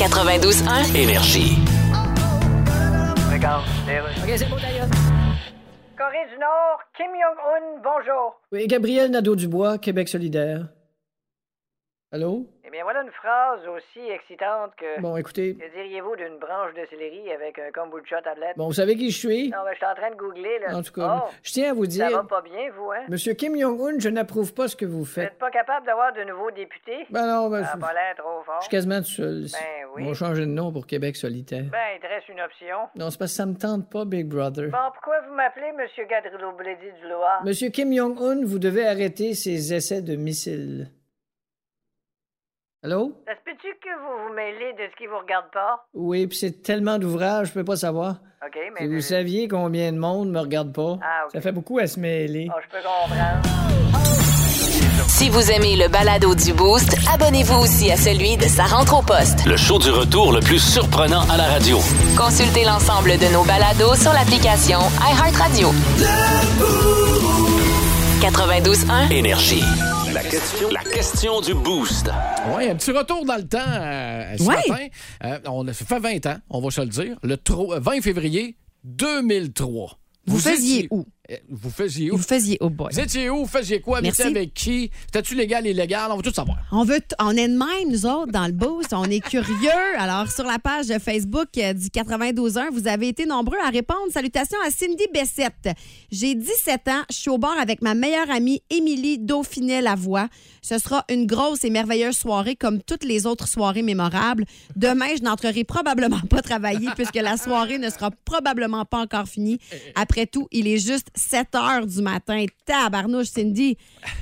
[SPEAKER 3] 92.1.
[SPEAKER 4] Énergie.
[SPEAKER 7] Corée du Nord, Kim Jong-un, bonjour.
[SPEAKER 6] Oui, Gabriel Nadeau-Dubois, Québec solidaire. Allô?
[SPEAKER 7] Eh bien, voilà une phrase aussi excitante que...
[SPEAKER 6] Bon, écoutez.
[SPEAKER 7] Que diriez-vous d'une branche de céleri avec un kombucha tablette?
[SPEAKER 6] Bon, vous savez qui je suis?
[SPEAKER 7] Non, mais je suis en train de googler, là.
[SPEAKER 6] En tout cas,
[SPEAKER 7] Oh,
[SPEAKER 6] je tiens à vous
[SPEAKER 7] ça va
[SPEAKER 6] dire,
[SPEAKER 7] pas bien, vous, hein?
[SPEAKER 6] Monsieur Kim Jong-un, je n'approuve pas ce que vous
[SPEAKER 7] Vous
[SPEAKER 6] faites.
[SPEAKER 7] n'êtes pas capable d'avoir de nouveaux députés?
[SPEAKER 6] Ben non, ben,
[SPEAKER 7] ça
[SPEAKER 6] je,
[SPEAKER 7] a pas l'air trop fort.
[SPEAKER 6] je suis quasiment tout seul.
[SPEAKER 7] ah, Ben oui.
[SPEAKER 6] On va changer de nom pour Québec solitaire.
[SPEAKER 7] Ben, il te reste une option.
[SPEAKER 6] Non, c'est parce que ça me tente pas, Big Brother.
[SPEAKER 7] Bon, pourquoi vous m'appelez Monsieur Gadrillo Bledy du Loir?
[SPEAKER 6] Monsieur Kim Jong-un, vous devez arrêter ses essais de missiles. Allô?
[SPEAKER 7] Ça se peut-tu que vous vous mêlez de ce qui vous regarde pas?
[SPEAKER 6] Oui, puis c'est tellement d'ouvrages, je peux pas savoir.
[SPEAKER 7] OK, mais...
[SPEAKER 6] Si vous saviez combien de monde me regarde pas,
[SPEAKER 7] Ah, ok.
[SPEAKER 6] ça fait beaucoup à se mêler.
[SPEAKER 7] Oh, je peux comprendre.
[SPEAKER 3] Si vous aimez le balado du Boost, abonnez-vous aussi à celui de Sa rentre au poste.
[SPEAKER 4] Le show du retour le plus surprenant à la radio.
[SPEAKER 3] Consultez l'ensemble de nos balados sur l'application iHeartRadio. 92.1.
[SPEAKER 4] Énergie. La question, la question du boost.
[SPEAKER 1] Oui, un petit retour dans le temps euh, ce
[SPEAKER 2] Ouais.
[SPEAKER 1] matin. Euh, on a, ça fait 20 ans, on va se le dire, le tro- 20 février 2003.
[SPEAKER 2] Vous faisiez
[SPEAKER 1] étiez-
[SPEAKER 2] où?
[SPEAKER 1] Euh, Vous faisiez où?
[SPEAKER 2] Vous faisiez oh boy.
[SPEAKER 1] Vous étiez où? Vous faisiez quoi? Vous
[SPEAKER 2] Merci.
[SPEAKER 1] étiez avec qui? C'était-tu légal, illégal? On veut tout savoir.
[SPEAKER 2] On veut, t- on est de même, nous autres, dans le boost. On est curieux. Alors, sur la page de Facebook euh, du 92.1, vous avez été nombreux à répondre. Salutations à Cindy Bessette. J'ai 17 ans. Je suis au bar avec ma meilleure amie, Émilie Dauphinet-Lavoie. Ce sera une grosse et merveilleuse soirée, comme toutes les autres soirées mémorables. Demain, je n'entrerai probablement pas travailler, puisque la soirée ne sera probablement pas encore finie. Après tout, il est juste 7 heures du matin. Tabarnouche, Cindy.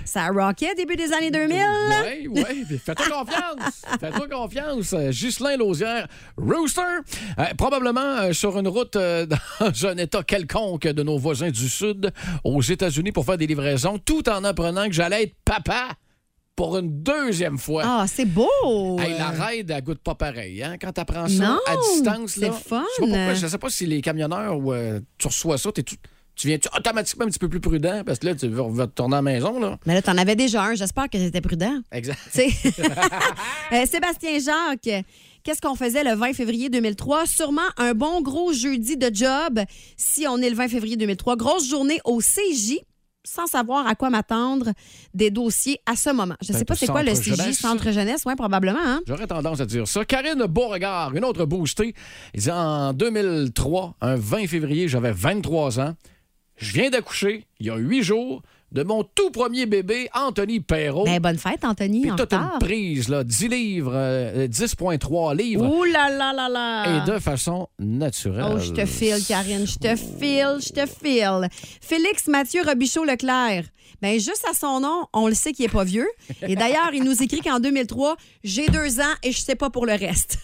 [SPEAKER 2] Ça rockait début des années 2000.
[SPEAKER 1] Oui, oui. mais Fais-toi confiance. Fais-toi confiance. Euh, Ghislain Lausière, Rooster, euh, probablement euh, sur une route euh, dans un État quelconque de nos voisins du Sud aux États-Unis pour faire des livraisons, tout en apprenant que j'allais être papa pour une deuxième fois.
[SPEAKER 2] Ah, c'est beau!
[SPEAKER 1] Hey, la raid, elle goûte pas pareil. Hein? Quand t'apprends ça
[SPEAKER 2] Non,
[SPEAKER 1] à distance,
[SPEAKER 2] c'est
[SPEAKER 1] là,
[SPEAKER 2] le fun.
[SPEAKER 1] Je sais, pas pourquoi, je sais pas si les camionneurs, où, euh, tu reçois ça, t'es tout- tu viens automatiquement un petit peu plus prudent parce que là, tu vas vas retourner à la maison. Là.
[SPEAKER 2] Mais là, t'en avais déjà un. J'espère que t'étais prudent.
[SPEAKER 1] Exact.
[SPEAKER 2] Tu sais. Euh, Sébastien Jacques, euh, qu'est-ce qu'on faisait le 20 février 2003? Sûrement un bon gros jeudi de job si on est le 20 février 2003. Grosse journée au CJ sans savoir à quoi m'attendre des dossiers à ce moment. Je
[SPEAKER 1] C'est
[SPEAKER 2] sais
[SPEAKER 1] un
[SPEAKER 2] pas
[SPEAKER 1] peu
[SPEAKER 2] c'est quoi le
[SPEAKER 1] Ben, centre
[SPEAKER 2] CJ,
[SPEAKER 1] jeunesse, ça.
[SPEAKER 2] centre jeunesse, oui, probablement. hein?
[SPEAKER 1] J'aurais tendance à dire ça. Karine Beauregard, une autre boostée. Elle dit en 2003, un 20 février, j'avais 23 ans. Je viens d'accoucher, il y a huit jours, de mon tout premier bébé, Anthony Perrault.
[SPEAKER 2] Ben, bonne fête, Anthony,
[SPEAKER 1] Oh. Puis
[SPEAKER 2] en
[SPEAKER 1] toute une
[SPEAKER 2] retard.
[SPEAKER 1] prise, là, 10 livres, euh, 10,3 livres.
[SPEAKER 2] Ouh là là là là!
[SPEAKER 1] Et de façon naturelle.
[SPEAKER 2] Oh, je te file, Karine, je te file, je te file. Félix Mathieu Robichaud Leclerc. Bien, juste à son nom, on le sait qu'il n'est pas vieux. Et d'ailleurs, il nous écrit qu'en 2003, j'ai deux ans et je sais pas pour le reste.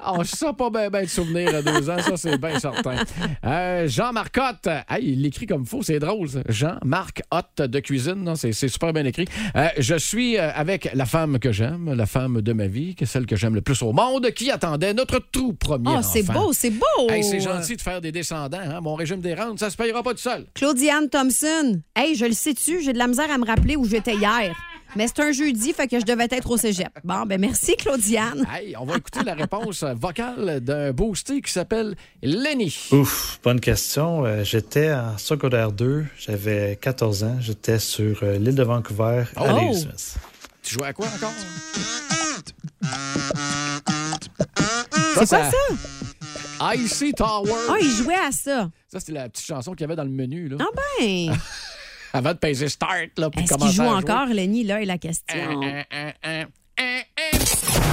[SPEAKER 1] Ah, On ne sent pas bien ben de souvenirs à deux ans, ça c'est bien certain. Euh, Jean Marcotte, hey, il l'écrit comme faux, c'est drôle. ça. Jean Marc Hot de cuisine, non, c'est c'est super bien écrit. Euh, je suis euh, avec la femme que j'aime, la femme de ma vie, que celle que j'aime le plus au monde, qui attendait notre tout premier
[SPEAKER 2] Oh,
[SPEAKER 1] enfant.
[SPEAKER 2] c'est beau, c'est beau!
[SPEAKER 1] Hey, c'est gentil de faire des descendants. hein. Mon régime des rentes, ça se payera pas tout seul.
[SPEAKER 2] Claudiane Thompson. Hey, je le sais-tu, j'ai de la misère à me rappeler où j'étais hier. Mais c'est un jeudi, fait que je devais être au cégep. Bon, ben merci, Claudiane.
[SPEAKER 1] Hey, on va écouter la réponse vocale d'un boosté qui s'appelle Lenny.
[SPEAKER 9] Ouf, bonne question. Euh, j'étais en secondaire 2, j'avais 14 ans, j'étais sur euh, l'île de Vancouver à
[SPEAKER 2] Oh.
[SPEAKER 9] Lévis-Smith.
[SPEAKER 1] Tu jouais à quoi encore?
[SPEAKER 2] C'est quoi ça?
[SPEAKER 1] Icy Tower.
[SPEAKER 2] Ah, il jouait à ça.
[SPEAKER 1] Ça, c'était la petite chanson qu'il y avait dans le menu, là.
[SPEAKER 2] Ah ben!
[SPEAKER 1] Avant de peser Start, là, pour
[SPEAKER 2] Est-ce qu'il
[SPEAKER 1] commencer
[SPEAKER 2] joue
[SPEAKER 1] à
[SPEAKER 2] encore, Lenny? Là, est la question.
[SPEAKER 1] jouer. Hein, hein, hein, hein, hein.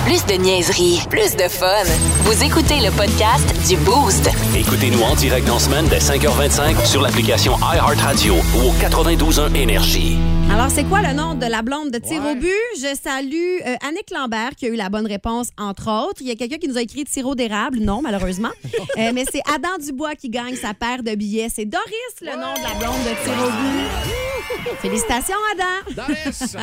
[SPEAKER 3] Plus de niaiserie, plus de fun. Vous écoutez le podcast du Boost.
[SPEAKER 4] Écoutez-nous en direct en semaine dès 5h25 sur l'application iHeartRadio ou au 92.1 Énergie.
[SPEAKER 2] Alors, c'est quoi le nom de la blonde de tir
[SPEAKER 1] Ouais.
[SPEAKER 2] au but? Je salue euh, Annick Lambert qui a eu la bonne réponse, entre autres. Il y a quelqu'un qui nous a écrit sirop d'érable. Non, malheureusement. Euh, mais c'est Adam Dubois qui gagne sa paire de billets. C'est Doris, le nom de la blonde de tir au but. Félicitations, Adam.
[SPEAKER 1] Doris,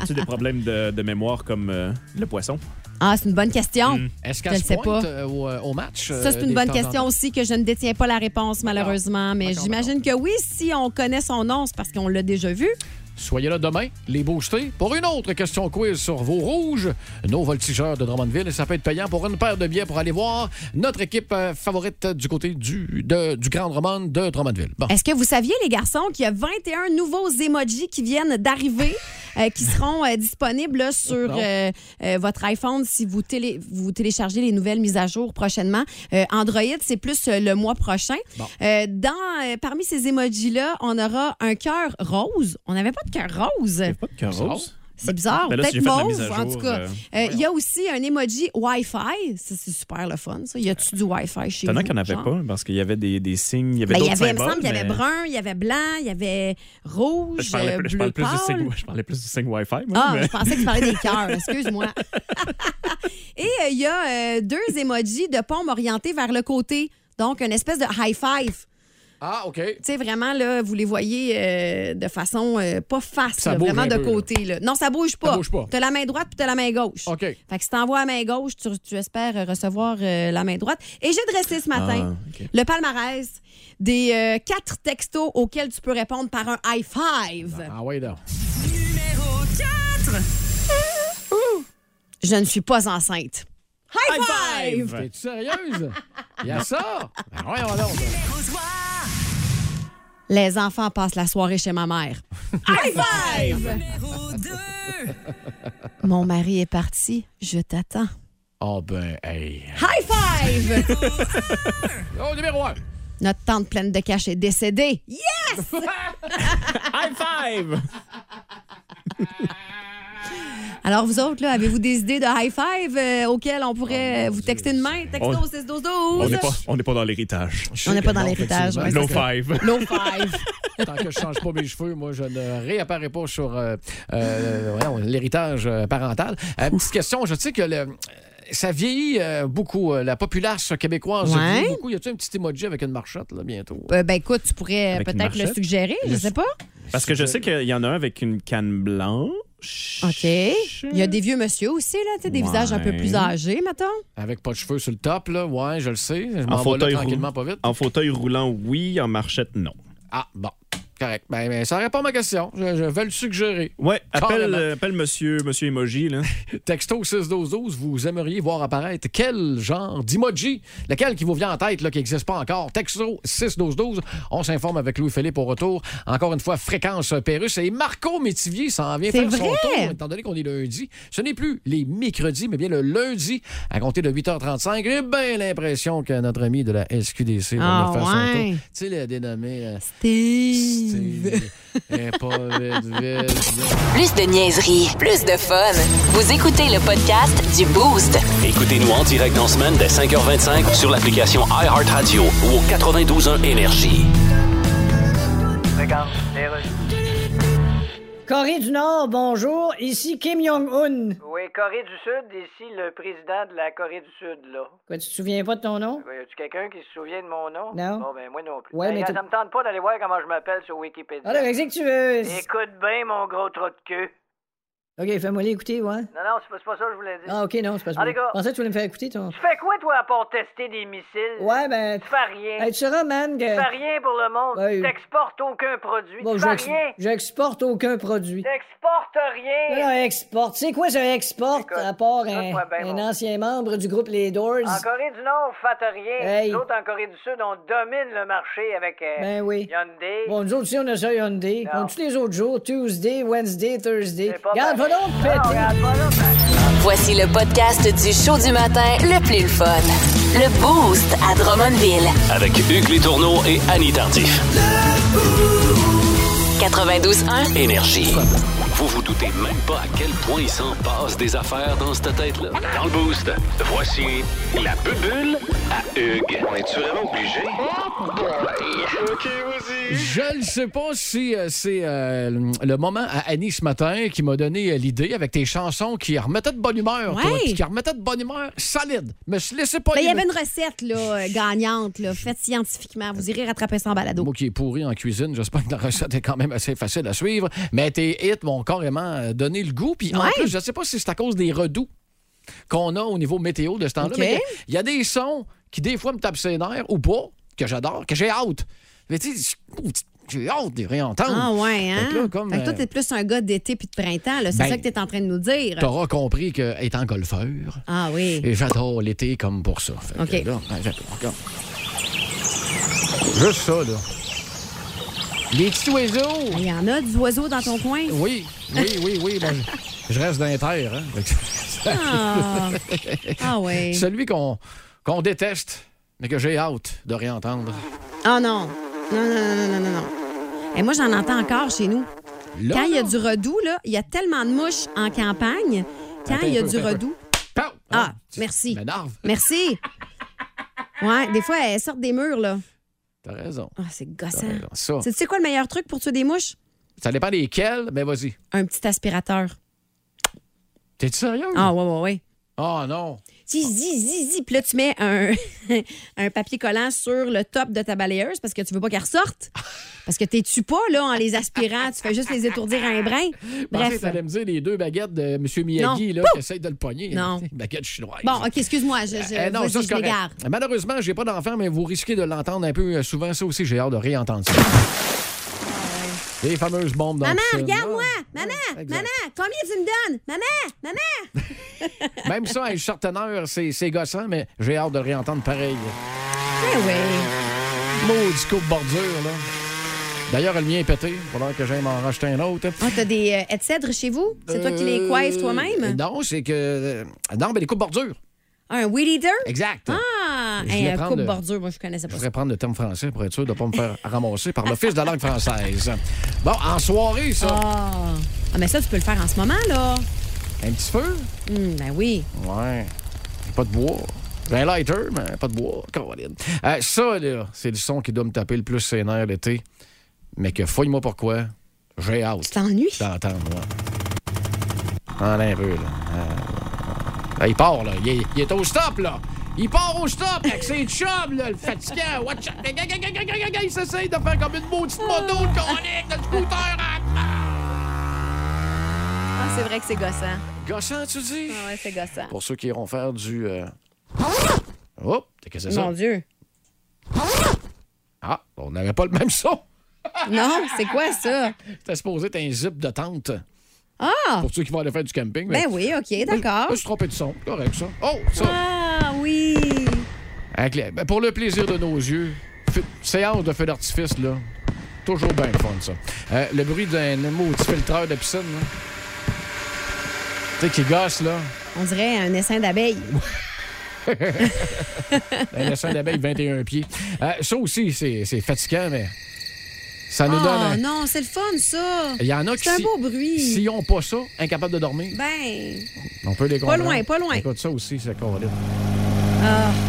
[SPEAKER 5] As-tu des problèmes de, de mémoire comme euh, le poisson?
[SPEAKER 2] Ah, c'est une bonne question.
[SPEAKER 1] Est-ce
[SPEAKER 2] Je
[SPEAKER 1] qu'elle
[SPEAKER 2] le
[SPEAKER 1] se
[SPEAKER 2] sais
[SPEAKER 1] pointe
[SPEAKER 2] pas.
[SPEAKER 1] euh, au, au match? Mmh. euh,
[SPEAKER 2] Ça, c'est
[SPEAKER 1] des
[SPEAKER 2] une bonne
[SPEAKER 1] temps en
[SPEAKER 2] question
[SPEAKER 1] temps?
[SPEAKER 2] aussi que je ne détiens pas la réponse, malheureusement. Mais
[SPEAKER 1] D'accord,
[SPEAKER 2] j'imagine que oui, si on connaît son nom, c'est parce qu'on l'a déjà vu.
[SPEAKER 1] Soyez là demain, les boostés, pour une autre question quiz sur vos rouges, nos voltigeurs de Drummondville. Et ça peut être payant pour une paire de billets pour aller voir notre équipe euh, favorite du côté du, de- du Grand Drummond de Drummondville. Bon.
[SPEAKER 2] Est-ce que vous saviez, les garçons, qu'il y a 21 nouveaux emojis qui viennent d'arriver, euh, qui seront euh, disponibles là, sur
[SPEAKER 1] Non.
[SPEAKER 2] euh, euh, votre iPhone si vous, télé- vous téléchargez les nouvelles mises à jour prochainement? Euh, Android, c'est plus euh, le mois prochain.
[SPEAKER 1] Bon.
[SPEAKER 2] Euh, dans, euh, parmi ces emojis-là, on aura un cœur rose. On n'avait pas de cœur rose.
[SPEAKER 5] Pas de
[SPEAKER 1] rose.
[SPEAKER 2] C'est bizarre.
[SPEAKER 5] Ben là, si
[SPEAKER 2] Peut-être
[SPEAKER 5] j'ai fait la mise
[SPEAKER 2] mauve,
[SPEAKER 5] à
[SPEAKER 2] en
[SPEAKER 5] jour,
[SPEAKER 2] tout cas.
[SPEAKER 5] euh,
[SPEAKER 2] Euh, Il y a aussi un emoji Wi-Fi. Ça, c'est super le fun, ça. Y a-tu du Wi-Fi chez vous?
[SPEAKER 5] Étonnant qu'il n'y en avait
[SPEAKER 2] genre?
[SPEAKER 5] pas, parce qu'il y avait des, des signes, il y avait
[SPEAKER 2] Ben, il y
[SPEAKER 5] d'autres
[SPEAKER 2] avait, il me
[SPEAKER 5] symboles,
[SPEAKER 2] semble, il y avait
[SPEAKER 5] mais-
[SPEAKER 2] brun, il y avait blanc, il y avait rouge,
[SPEAKER 5] je parlais,
[SPEAKER 2] euh,
[SPEAKER 5] plus- je
[SPEAKER 2] bleu
[SPEAKER 5] parlais plus du
[SPEAKER 2] pâle.
[SPEAKER 5] signe, je parlais plus du signe Wi-Fi, moi,
[SPEAKER 2] Ah,
[SPEAKER 5] mais-
[SPEAKER 2] je pensais que tu parlais des cœurs, excuse-moi. Et euh, il y a euh, deux emojis de pommes orientées vers le côté. Donc, une espèce de high five.
[SPEAKER 1] Ah, OK.
[SPEAKER 2] Tu sais, vraiment, là, vous les voyez euh, de façon euh, pas face,
[SPEAKER 1] Ça
[SPEAKER 2] là,
[SPEAKER 1] bouge
[SPEAKER 2] vraiment
[SPEAKER 1] un
[SPEAKER 2] de
[SPEAKER 1] peu,
[SPEAKER 2] côté. là. Non, ça bouge pas.
[SPEAKER 1] bouge pas.
[SPEAKER 2] T'as la main droite puis t'as la main gauche.
[SPEAKER 1] OK.
[SPEAKER 2] Fait que si t'envoies la main gauche, tu, tu espères euh, recevoir euh, la main droite. Et j'ai dressé ce matin
[SPEAKER 5] Ah, OK.
[SPEAKER 2] le palmarès des euh, quatre textos auxquels tu peux répondre par un high five.
[SPEAKER 1] Ah, ouais, donc.
[SPEAKER 2] Je ne suis pas enceinte. High, five!
[SPEAKER 1] T'es-tu sérieuse? Il y a ça? Ben, voyons donc.
[SPEAKER 2] Les enfants passent la soirée chez ma mère. High five! Mon mari est parti. Je t'attends.
[SPEAKER 1] Ah, ben, hey.
[SPEAKER 2] High five!
[SPEAKER 1] Oh, numéro un.
[SPEAKER 2] Notre tante pleine de cash est décédée. Yes!
[SPEAKER 5] High five!
[SPEAKER 2] Alors, vous autres, là, avez-vous des idées de high five euh, auxquelles on pourrait euh, vous texter demain? Texto
[SPEAKER 5] On-
[SPEAKER 2] 6 12
[SPEAKER 5] On
[SPEAKER 2] 12
[SPEAKER 5] n'est pas, on n'est pas dans l'héritage.
[SPEAKER 2] On n'est pas dans
[SPEAKER 1] Non,
[SPEAKER 2] l'héritage. ouais,
[SPEAKER 1] effectivement.
[SPEAKER 5] No
[SPEAKER 2] c'est ça.
[SPEAKER 5] five.
[SPEAKER 2] Low five.
[SPEAKER 1] Tant que je change pas mes cheveux, moi, je ne réapparais pas sur euh, euh, voyons, l'héritage euh, parental. Euh, petite question, je sais que le- euh, ça vieillit euh, beaucoup. euh, la populace québécoise
[SPEAKER 2] Ouais.
[SPEAKER 1] vieillit beaucoup. Y a-t-il un petit emoji avec une marchette, là, bientôt?
[SPEAKER 2] Euh, ben écoute, tu pourrais euh,
[SPEAKER 5] Avec une
[SPEAKER 2] peut-être le
[SPEAKER 5] marchette?
[SPEAKER 2] suggérer, je sais pas.
[SPEAKER 5] Parce que je sais qu'il y en a un avec une canne blanche.
[SPEAKER 2] OK. Il y a des vieux monsieur aussi, là, tu sais, des
[SPEAKER 5] Ouais.
[SPEAKER 2] visages un peu plus âgés, mettons.
[SPEAKER 1] Avec pas de cheveux sur le top, là. Ouais, je le sais. Je m'en vais là
[SPEAKER 5] roul-
[SPEAKER 1] tranquillement, pas vite.
[SPEAKER 5] en fauteuil roulant, oui. En marchette, non.
[SPEAKER 1] Ah, bon. Correct. Ben, ben, ça répond à ma question. Je, je vais le suggérer.
[SPEAKER 5] Ouais, appelle,
[SPEAKER 1] Carrément.
[SPEAKER 5] euh, appelle monsieur, monsieur Emoji. Là.
[SPEAKER 1] Texto 61212, vous aimeriez voir apparaître quel genre d'emoji? Lequel qui vous vient en tête, là, qui n'existe pas encore? Texto 61212, on s'informe avec Louis-Philippe au retour. Encore une fois, fréquence Pérusse et Marco Métivier s'en vient
[SPEAKER 2] C'est
[SPEAKER 1] faire son
[SPEAKER 2] vrai!
[SPEAKER 1] tour, étant donné qu'on est lundi. Ce n'est plus les mercredis, mais bien le lundi, à compter de 8h35. J'ai bien l'impression que notre ami de la SQDC va
[SPEAKER 2] Ah,
[SPEAKER 1] venir faire son
[SPEAKER 2] ouais.
[SPEAKER 1] tour. Tu sais, le dénommé... euh, Steve,
[SPEAKER 2] Steve.
[SPEAKER 1] Eh, et Paul Redville.
[SPEAKER 3] Plus de niaiserie, plus de fun. Vous écoutez le podcast du Boost.
[SPEAKER 4] Écoutez-nous en direct en semaine dès 5h25 sur l'application iHeartRadio ou au 92.1 Énergie.
[SPEAKER 7] Corée du Nord, bonjour. Ici Kim Jong-un.
[SPEAKER 6] Oui, Corée du Sud, ici le président de la Corée du Sud, là.
[SPEAKER 7] Quoi, tu te souviens pas de ton nom?
[SPEAKER 6] Y a-tu quelqu'un qui se souvient de mon nom?
[SPEAKER 7] Non.
[SPEAKER 6] Bon, ben moi non plus.
[SPEAKER 7] Ouais, mais
[SPEAKER 6] D'ailleurs,
[SPEAKER 7] t'es-
[SPEAKER 6] ça me tente pas d'aller voir comment je m'appelle sur Wikipédia.
[SPEAKER 7] Alors, qu'est-ce que tu veux?
[SPEAKER 6] Écoute bien, mon gros trou de queue.
[SPEAKER 7] Ok, fais-moi l'écouter, ouais.
[SPEAKER 6] Non, non, c'est pas, c'est pas ça que je voulais dire.
[SPEAKER 7] Ah, ok, non, c'est pas ça.
[SPEAKER 6] Ah, les gars.
[SPEAKER 7] Je pensais que tu voulais me faire écouter ton.
[SPEAKER 6] Tu fais quoi, toi, à part tester des missiles?
[SPEAKER 7] Ouais, ben.
[SPEAKER 6] Tu fais rien.
[SPEAKER 7] Hey, tu sauras, man,
[SPEAKER 6] Tu fais
[SPEAKER 7] que.
[SPEAKER 6] rien pour le monde.
[SPEAKER 7] Ouais.
[SPEAKER 6] Tu T'exportes aucun produit.
[SPEAKER 7] Bon,
[SPEAKER 6] tu fais
[SPEAKER 7] j'ex-
[SPEAKER 6] rien.
[SPEAKER 7] j'exporte aucun produit.
[SPEAKER 6] T'exportes
[SPEAKER 7] rien.
[SPEAKER 10] Là, un export. Tu sais quoi, ça export à part un, un ancien membre du groupe Les Doors?
[SPEAKER 7] En Corée du Nord, faites rien.
[SPEAKER 10] Hey.
[SPEAKER 7] Nous autres, en Corée du Sud, on domine le marché avec euh,
[SPEAKER 10] Ben oui.
[SPEAKER 7] Hyundai.
[SPEAKER 10] Bon, nous autres aussi, on a ça Hyundai. On a tous les autres jours. Tuesday, Wednesday, Thursday.
[SPEAKER 7] pas
[SPEAKER 10] Regarde, va
[SPEAKER 7] pareil.
[SPEAKER 10] donc péter.
[SPEAKER 6] ben,
[SPEAKER 3] Voici le podcast du show du matin le plus le fun. Le Boost à Drummondville.
[SPEAKER 4] Avec Hugues Létourneau et Annie Tardif.
[SPEAKER 3] 92.1.
[SPEAKER 4] Énergie. Vous vous doutez même pas à quel point il s'en passe des affaires dans cette tête-là. Dans le boost, voici la bubule à Hugues. On est-tu vraiment obligé? OK, vas-y.
[SPEAKER 1] Je ne sais pas si euh, c'est euh, le moment à Annie ce matin qui m'a donné euh, l'idée avec tes chansons qui remettaient de bonne humeur, toi,
[SPEAKER 2] Ouais.
[SPEAKER 1] puis qui remettaient de bonne humeur solide. Mais je laissais pas
[SPEAKER 2] Ben, il y
[SPEAKER 1] aller-
[SPEAKER 2] avait une recette là, euh, gagnante, là, faite scientifiquement. Vous irez rattraper ça en balado.
[SPEAKER 1] Moi qui est pourri en cuisine, j'espère que la recette est quand même assez facile à suivre. Mais tes hits m'ont carrément euh, donné le goût. Puis en
[SPEAKER 2] Ouais.
[SPEAKER 1] plus, je ne sais pas si c'est à cause des redoux qu'on a au niveau météo de ce temps-là.
[SPEAKER 2] OK.
[SPEAKER 1] Mais il y a des sons qui, des fois, me tapent ses nerfs ou pas, que j'adore, que j'ai hâte. Mais tu sais, j'ai hâte de les réentendre.
[SPEAKER 2] Ah ouais, hein?
[SPEAKER 1] Fait que là, comme,
[SPEAKER 2] Fait que toi, t'es plus un gars d'été puis de printemps. là. C'est
[SPEAKER 1] Ben,
[SPEAKER 2] ça que t'es en train de nous dire.
[SPEAKER 1] T'auras compris que étant golfeur,
[SPEAKER 2] Ah oui.
[SPEAKER 1] et j'adore l'été comme pour ça. Fait que
[SPEAKER 2] OK.
[SPEAKER 1] là, ben, j'adore, regarde. Juste ça, là. Les petits oiseaux.
[SPEAKER 2] Il y en a des oiseaux dans ton coin?
[SPEAKER 1] Oui, oui, oui, oui. ben, je reste dans les terres, hein. Fait que-
[SPEAKER 2] Ah, ah ouais.
[SPEAKER 1] Celui qu'on qu'on déteste, mais que j'ai hâte de réentendre.
[SPEAKER 2] Ah non. Non, non, non, non, non, non. Et moi, j'en entends encore chez nous.
[SPEAKER 1] Là,
[SPEAKER 2] Quand il y a
[SPEAKER 1] là,
[SPEAKER 2] du redoux, là, il y a tellement de mouches en campagne. Quand
[SPEAKER 1] Attends
[SPEAKER 2] il y a
[SPEAKER 1] un peu,
[SPEAKER 2] du
[SPEAKER 1] attends un peu.
[SPEAKER 2] redoux.
[SPEAKER 1] Pow! Hein?
[SPEAKER 2] Ah, merci.
[SPEAKER 1] M'énerve.
[SPEAKER 2] Merci. Ouais, des fois, elles sortent des murs, là.
[SPEAKER 1] T'as raison.
[SPEAKER 2] Ah, c'est
[SPEAKER 1] t'as
[SPEAKER 2] gossant.
[SPEAKER 1] raison. Ça,
[SPEAKER 2] Tu sais quoi le meilleur truc pour tuer des mouches?
[SPEAKER 1] ça dépend desquels, mais vas-y.
[SPEAKER 2] Un petit aspirateur.
[SPEAKER 1] T'es-tu sérieux?
[SPEAKER 2] Ah, ouais, ouais, ouais.
[SPEAKER 1] Oh non.
[SPEAKER 2] Zi, zi, zi, zi. Puis là, tu mets un, un papier collant sur le top de ta balayeuse parce que tu veux pas qu'elle ressorte. Parce que t'es tu pas, là, en les aspirant. Tu fais juste les étourdir à un brin.
[SPEAKER 1] Pensez que
[SPEAKER 2] Bref.
[SPEAKER 1] t'allais me dire les deux baguettes de M. Miyagi là, qui essayent de le pogner.
[SPEAKER 2] Non.
[SPEAKER 1] Une Baguette chinoise.
[SPEAKER 2] Bon, OK, excuse-moi. Je, je,
[SPEAKER 1] Eh non,
[SPEAKER 2] vas-y,
[SPEAKER 1] ça, c'est
[SPEAKER 2] je
[SPEAKER 1] correct.
[SPEAKER 2] m'égare.
[SPEAKER 1] Malheureusement, j'ai pas d'enfant, mais vous risquez de l'entendre un peu euh, souvent. Ça aussi, j'ai hâte de réentendre ça. Les fameuses bombes dans
[SPEAKER 2] Ah Maman,
[SPEAKER 1] le film.
[SPEAKER 2] regarde-moi!
[SPEAKER 1] Ah,
[SPEAKER 2] Maman!
[SPEAKER 1] exact.
[SPEAKER 2] Maman! Combien tu me donnes? Maman! Maman!
[SPEAKER 1] Même ça, à une certaine heure, c'est c'est gossant, mais j'ai hâte de réentendre pareil.
[SPEAKER 2] Ben oui.
[SPEAKER 1] Maudit coup de bordure, là. D'ailleurs, le mien est pété. Faudra que j'aille m'en racheter un autre.
[SPEAKER 2] Ah, t'as des euh, haies de cèdre chez vous? C'est toi qui les
[SPEAKER 1] Euh,
[SPEAKER 2] coiffes toi-même?
[SPEAKER 1] Non, c'est que. euh, Non, mais les coups de bordure.
[SPEAKER 2] Un weed eater?
[SPEAKER 1] Exact.
[SPEAKER 2] Ah!
[SPEAKER 1] Je
[SPEAKER 2] Hey,
[SPEAKER 1] vais
[SPEAKER 2] un
[SPEAKER 1] prendre
[SPEAKER 2] coupe
[SPEAKER 1] le-
[SPEAKER 2] bordure, moi, je connaissais
[SPEAKER 1] Je
[SPEAKER 2] pas ça.
[SPEAKER 1] voudrais prendre le terme français pour être sûr de ne pas me faire ramasser par l'Office de la langue française. Bon, en soirée, ça.
[SPEAKER 2] Ah! Ah, mais ça, tu peux le faire en ce moment, là.
[SPEAKER 1] Un petit feu?
[SPEAKER 2] Hum, ben oui.
[SPEAKER 1] Ouais. Pas de bois. J'ai un lighter, mais pas de bois. Caroline. Euh, ça, là, c'est le son qui doit me taper le plus ses nerfs l'été. Mais que fouille-moi pourquoi, j'ai
[SPEAKER 2] Tu
[SPEAKER 1] hâte
[SPEAKER 2] t'ennuies?
[SPEAKER 1] d'entendre, moi. En un peu, là. Euh, là, il part, là. Il est, il est au stop, là. Il part au stop avec ses chums, là, le fatigant. Watch out. Gaga, gaga, gaga, gaga, gaga, Il s'essaye de faire comme une maudite moto, le conique, le scooter.
[SPEAKER 2] Ah, c'est vrai que c'est gossant.
[SPEAKER 1] Gossant, tu dis?
[SPEAKER 2] Ah ouais, c'est gossant.
[SPEAKER 1] Pour ceux qui iront faire du... euh, Oh, qu'est-ce que c'est ça?
[SPEAKER 2] Mon Dieu.
[SPEAKER 1] Ah, on n'avait pas le même son.
[SPEAKER 2] Non, c'est quoi ça?
[SPEAKER 1] C'était supposé être un zip de tente
[SPEAKER 2] Ah!
[SPEAKER 1] pour ceux qui vont aller faire du camping. mais-
[SPEAKER 2] Ben oui, OK,
[SPEAKER 1] Je
[SPEAKER 2] d'accord.
[SPEAKER 1] me suis trompé de son. Correct, ça. Oh, ça.
[SPEAKER 2] Ah oui!
[SPEAKER 1] Avec les- ben, pour le plaisir de nos yeux, feu- séance de feu d'artifice, là. Toujours bien le fun, ça. Euh, le bruit d'un maudit filtreur de piscine, là. Tu sais, qui gosse, là.
[SPEAKER 2] On dirait un essaim d'abeilles.
[SPEAKER 1] Un essaim d'abeille 21 pieds. Euh, ça aussi, c'est c'est fatigant, mais ça nous donne.
[SPEAKER 2] Oh
[SPEAKER 1] un-
[SPEAKER 2] non, c'est le fun, ça!
[SPEAKER 1] Il y en a qui.
[SPEAKER 2] C'est un
[SPEAKER 1] si-
[SPEAKER 2] beau bruit.
[SPEAKER 1] S'ils n'ont pas ça, incapables de dormir.
[SPEAKER 2] Ben,
[SPEAKER 1] On peut les comprendre.
[SPEAKER 2] loin, pas loin. Ah.
[SPEAKER 1] Écoute, ça aussi, c'est correct.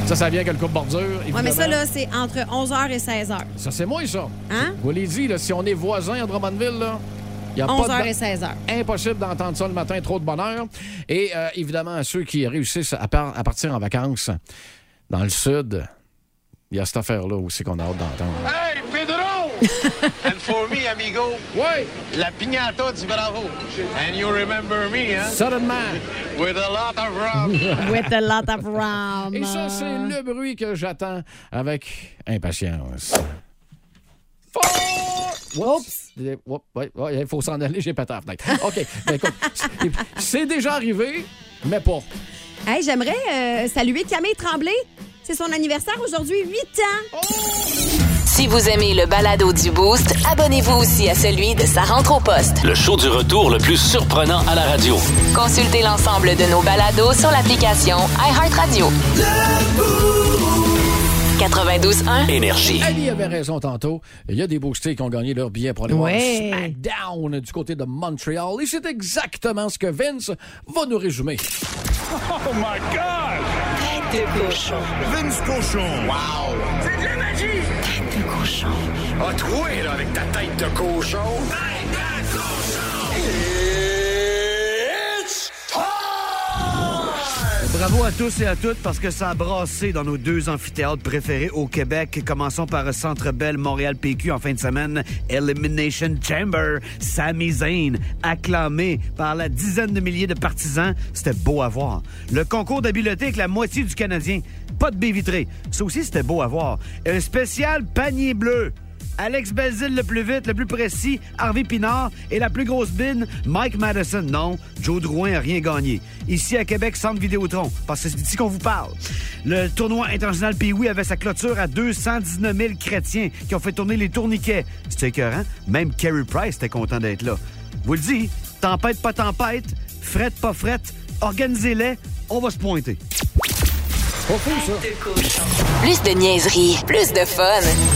[SPEAKER 1] Ça, ça vient que le coupe bordure.
[SPEAKER 2] ouais, mais ça, là, c'est entre 11h et 16h.
[SPEAKER 1] Ça, c'est moi, ça.
[SPEAKER 2] Hein?
[SPEAKER 1] Vous l'avez dit, là, si on est voisins à Drummondville, là, il n'y a pas
[SPEAKER 2] 11h
[SPEAKER 1] de...
[SPEAKER 2] et 16h.
[SPEAKER 1] Impossible d'entendre ça le matin, trop de bonheur. Et euh, évidemment, à ceux qui réussissent à, par- à partir en vacances dans le sud, il y a cette affaire-là aussi qu'on a hâte d'entendre.
[SPEAKER 11] Hey, Pedro! And for me, amigo,
[SPEAKER 1] Oui,
[SPEAKER 11] la piñata du Bravo. And you remember me, hein?
[SPEAKER 1] suddenly.
[SPEAKER 11] With a lot of rum.
[SPEAKER 2] With a lot of rum.
[SPEAKER 1] Et ça, c'est le bruit que j'attends avec impatience. Fort! Oups! Eh, Il faut s'en aller, j'ai pété la fenêtre. OK, ben écoute, c'est- c'est déjà arrivé, mais pas.
[SPEAKER 2] Hey, j'aimerais euh, saluer Camille Tremblay. C'est son anniversaire aujourd'hui, 8 ans.
[SPEAKER 3] Si vous aimez le balado du Boost, abonnez-vous aussi à celui de sa rentre au poste.
[SPEAKER 4] Le show du retour le plus surprenant à la radio.
[SPEAKER 3] Consultez l'ensemble de nos balados sur l'application iHeartRadio. 92.1
[SPEAKER 4] Énergie.
[SPEAKER 1] Annie avait raison tantôt. Il y a des boostés qui ont gagné leur billet pour aller
[SPEAKER 2] Ouais.
[SPEAKER 1] voir SmackDown du côté de Montréal. Et c'est exactement ce que Vince va nous résumer.
[SPEAKER 12] Oh my God! Tête de cochon. Vince cochon. Wow! C'est de la magie! Tête de cochon. Ah, troué, là, avec ta tête de cochon. Tête de cochon! It's
[SPEAKER 5] Bravo à tous et à toutes parce que ça a brassé dans nos deux amphithéâtres préférés au Québec. Commençons par Centre Bell Montréal PQ en fin de semaine. Elimination Chamber, Sami Zayn, acclamé par la dizaine de milliers de partisans. C'était beau à voir. Le concours d'habileté avec la moitié du Canadien. Pas de baie vitrée. Ça aussi, c'était beau à voir. Un spécial panier bleu. Alex Belzil le plus vite, le plus précis, Harvey Pinard et la plus grosse bine, Mike Madison. Non, Joe Drouin n'a rien gagné. Ici à Québec, centre Vidéotron, parce que c'est d'ici qu'on vous parle. Le tournoi international Pee-Wee avait sa clôture à 219 000 chrétiens qui ont fait tourner les tourniquets. C'était écœurant. Même Kerry Price était content d'être là. Vous le dis, tempête, pas tempête, frette, pas frette, organisez-les, on va se pointer.
[SPEAKER 3] Plus de niaiserie, plus de fun.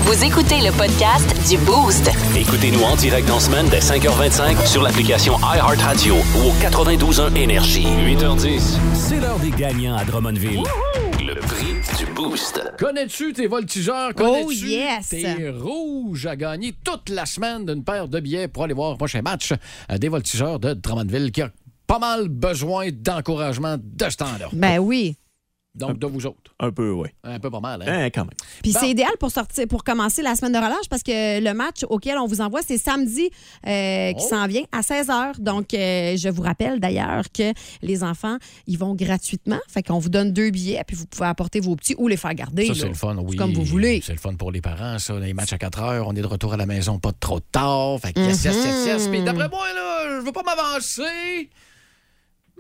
[SPEAKER 3] Vous écoutez le podcast du Boost.
[SPEAKER 4] Écoutez-nous en direct en semaine dès 5h25 sur l'application iHeartRadio ou au 92.1 Énergie. 8h10, c'est l'heure des gagnants à Drummondville. Le prix du Boost.
[SPEAKER 1] Connais-tu tes voltigeurs? Connais-tu
[SPEAKER 2] Oh, yes.
[SPEAKER 1] tes rouges à gagner toute la semaine d'une paire de billets pour aller voir le prochain match euh, des voltigeurs de Drummondville qui a pas mal besoin d'encouragement de ce temps-là.
[SPEAKER 2] Ben oui.
[SPEAKER 1] Donc, de vous autres.
[SPEAKER 13] Un peu, oui.
[SPEAKER 1] Un peu pas mal, hein?
[SPEAKER 13] Hein, quand même.
[SPEAKER 2] Puis
[SPEAKER 1] Bon.
[SPEAKER 2] c'est idéal pour sortir, pour commencer la semaine de relâche parce que le match auquel on vous envoie, c'est samedi euh,
[SPEAKER 1] Oh.
[SPEAKER 2] qui s'en vient à 16h. Donc, euh, je vous rappelle d'ailleurs que les enfants, ils vont gratuitement. Fait qu'on vous donne deux billets, puis vous pouvez apporter vos petits ou les faire garder.
[SPEAKER 1] Ça,
[SPEAKER 2] là.
[SPEAKER 1] c'est le fun, oui.
[SPEAKER 2] Comme vous voulez.
[SPEAKER 1] C'est le fun pour les parents, ça. Les matchs à 4 heures, on est de retour à la maison pas trop tard. Fait que yes, yes, yes, yes.
[SPEAKER 2] Mm-hmm.
[SPEAKER 1] Puis d'après moi, là, je veux pas m'avancer.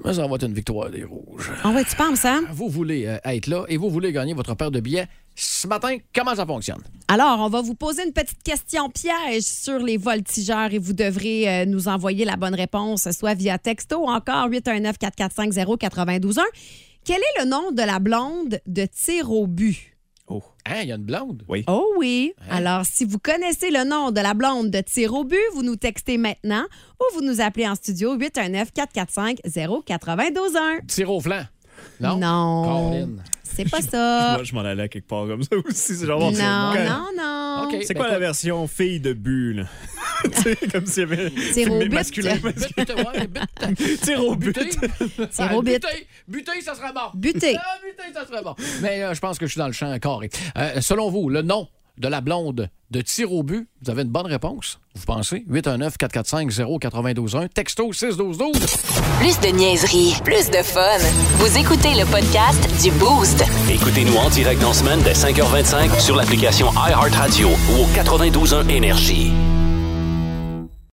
[SPEAKER 1] Mais ça va être une victoire des Rouges.
[SPEAKER 2] En vrai, tu penses, hein?
[SPEAKER 1] Vous voulez euh, être là et vous voulez gagner votre paire de billets. Ce matin, comment ça fonctionne?
[SPEAKER 2] Alors, on va vous poser une petite question piège sur les voltigeurs et vous devrez euh, nous envoyer la bonne réponse, soit via texto ou encore 819-445-0921. Quel est le nom de la blonde de tir au but?
[SPEAKER 13] Oh.
[SPEAKER 1] Hein, il y a une blonde?
[SPEAKER 13] Oui.
[SPEAKER 2] Oh oui. Alors, si vous connaissez le nom de la blonde de tir au but, vous nous textez maintenant ou vous nous appelez en studio 819-445-0921.
[SPEAKER 1] Tire au flanc. Non?
[SPEAKER 2] Non.
[SPEAKER 1] Colin.
[SPEAKER 2] C'est pas ça.
[SPEAKER 13] Moi, je m'en allais à quelque part comme ça aussi. c'est Genre,
[SPEAKER 2] Non,
[SPEAKER 13] Quand-
[SPEAKER 2] non, non.
[SPEAKER 1] OK.
[SPEAKER 13] C'est
[SPEAKER 1] ben
[SPEAKER 13] quoi la
[SPEAKER 1] écoute,
[SPEAKER 13] version fille de but, là? Tu sais, comme s'il y avait.
[SPEAKER 2] au
[SPEAKER 13] mais
[SPEAKER 2] but.
[SPEAKER 13] masculin.
[SPEAKER 1] bute- ouais, bute-
[SPEAKER 13] Tir au but.
[SPEAKER 1] buter.
[SPEAKER 2] Tire au but.
[SPEAKER 1] Buter, buter, ça serait bon.
[SPEAKER 2] Buter.
[SPEAKER 1] Ah, buter, ça serait bon. Mais euh, je pense que je suis dans le champ carré. Euh, selon vous, le nom de la blonde de tir au but, vous avez une bonne réponse? Vous pensez? 819-445-0921. Texto 61212.
[SPEAKER 3] Plus de niaiserie, plus de fun. Vous écoutez le podcast du Boost.
[SPEAKER 4] Écoutez-nous en direct en semaine dès 5h25 sur l'application iHeartRadio ou au 92.1 Énergie.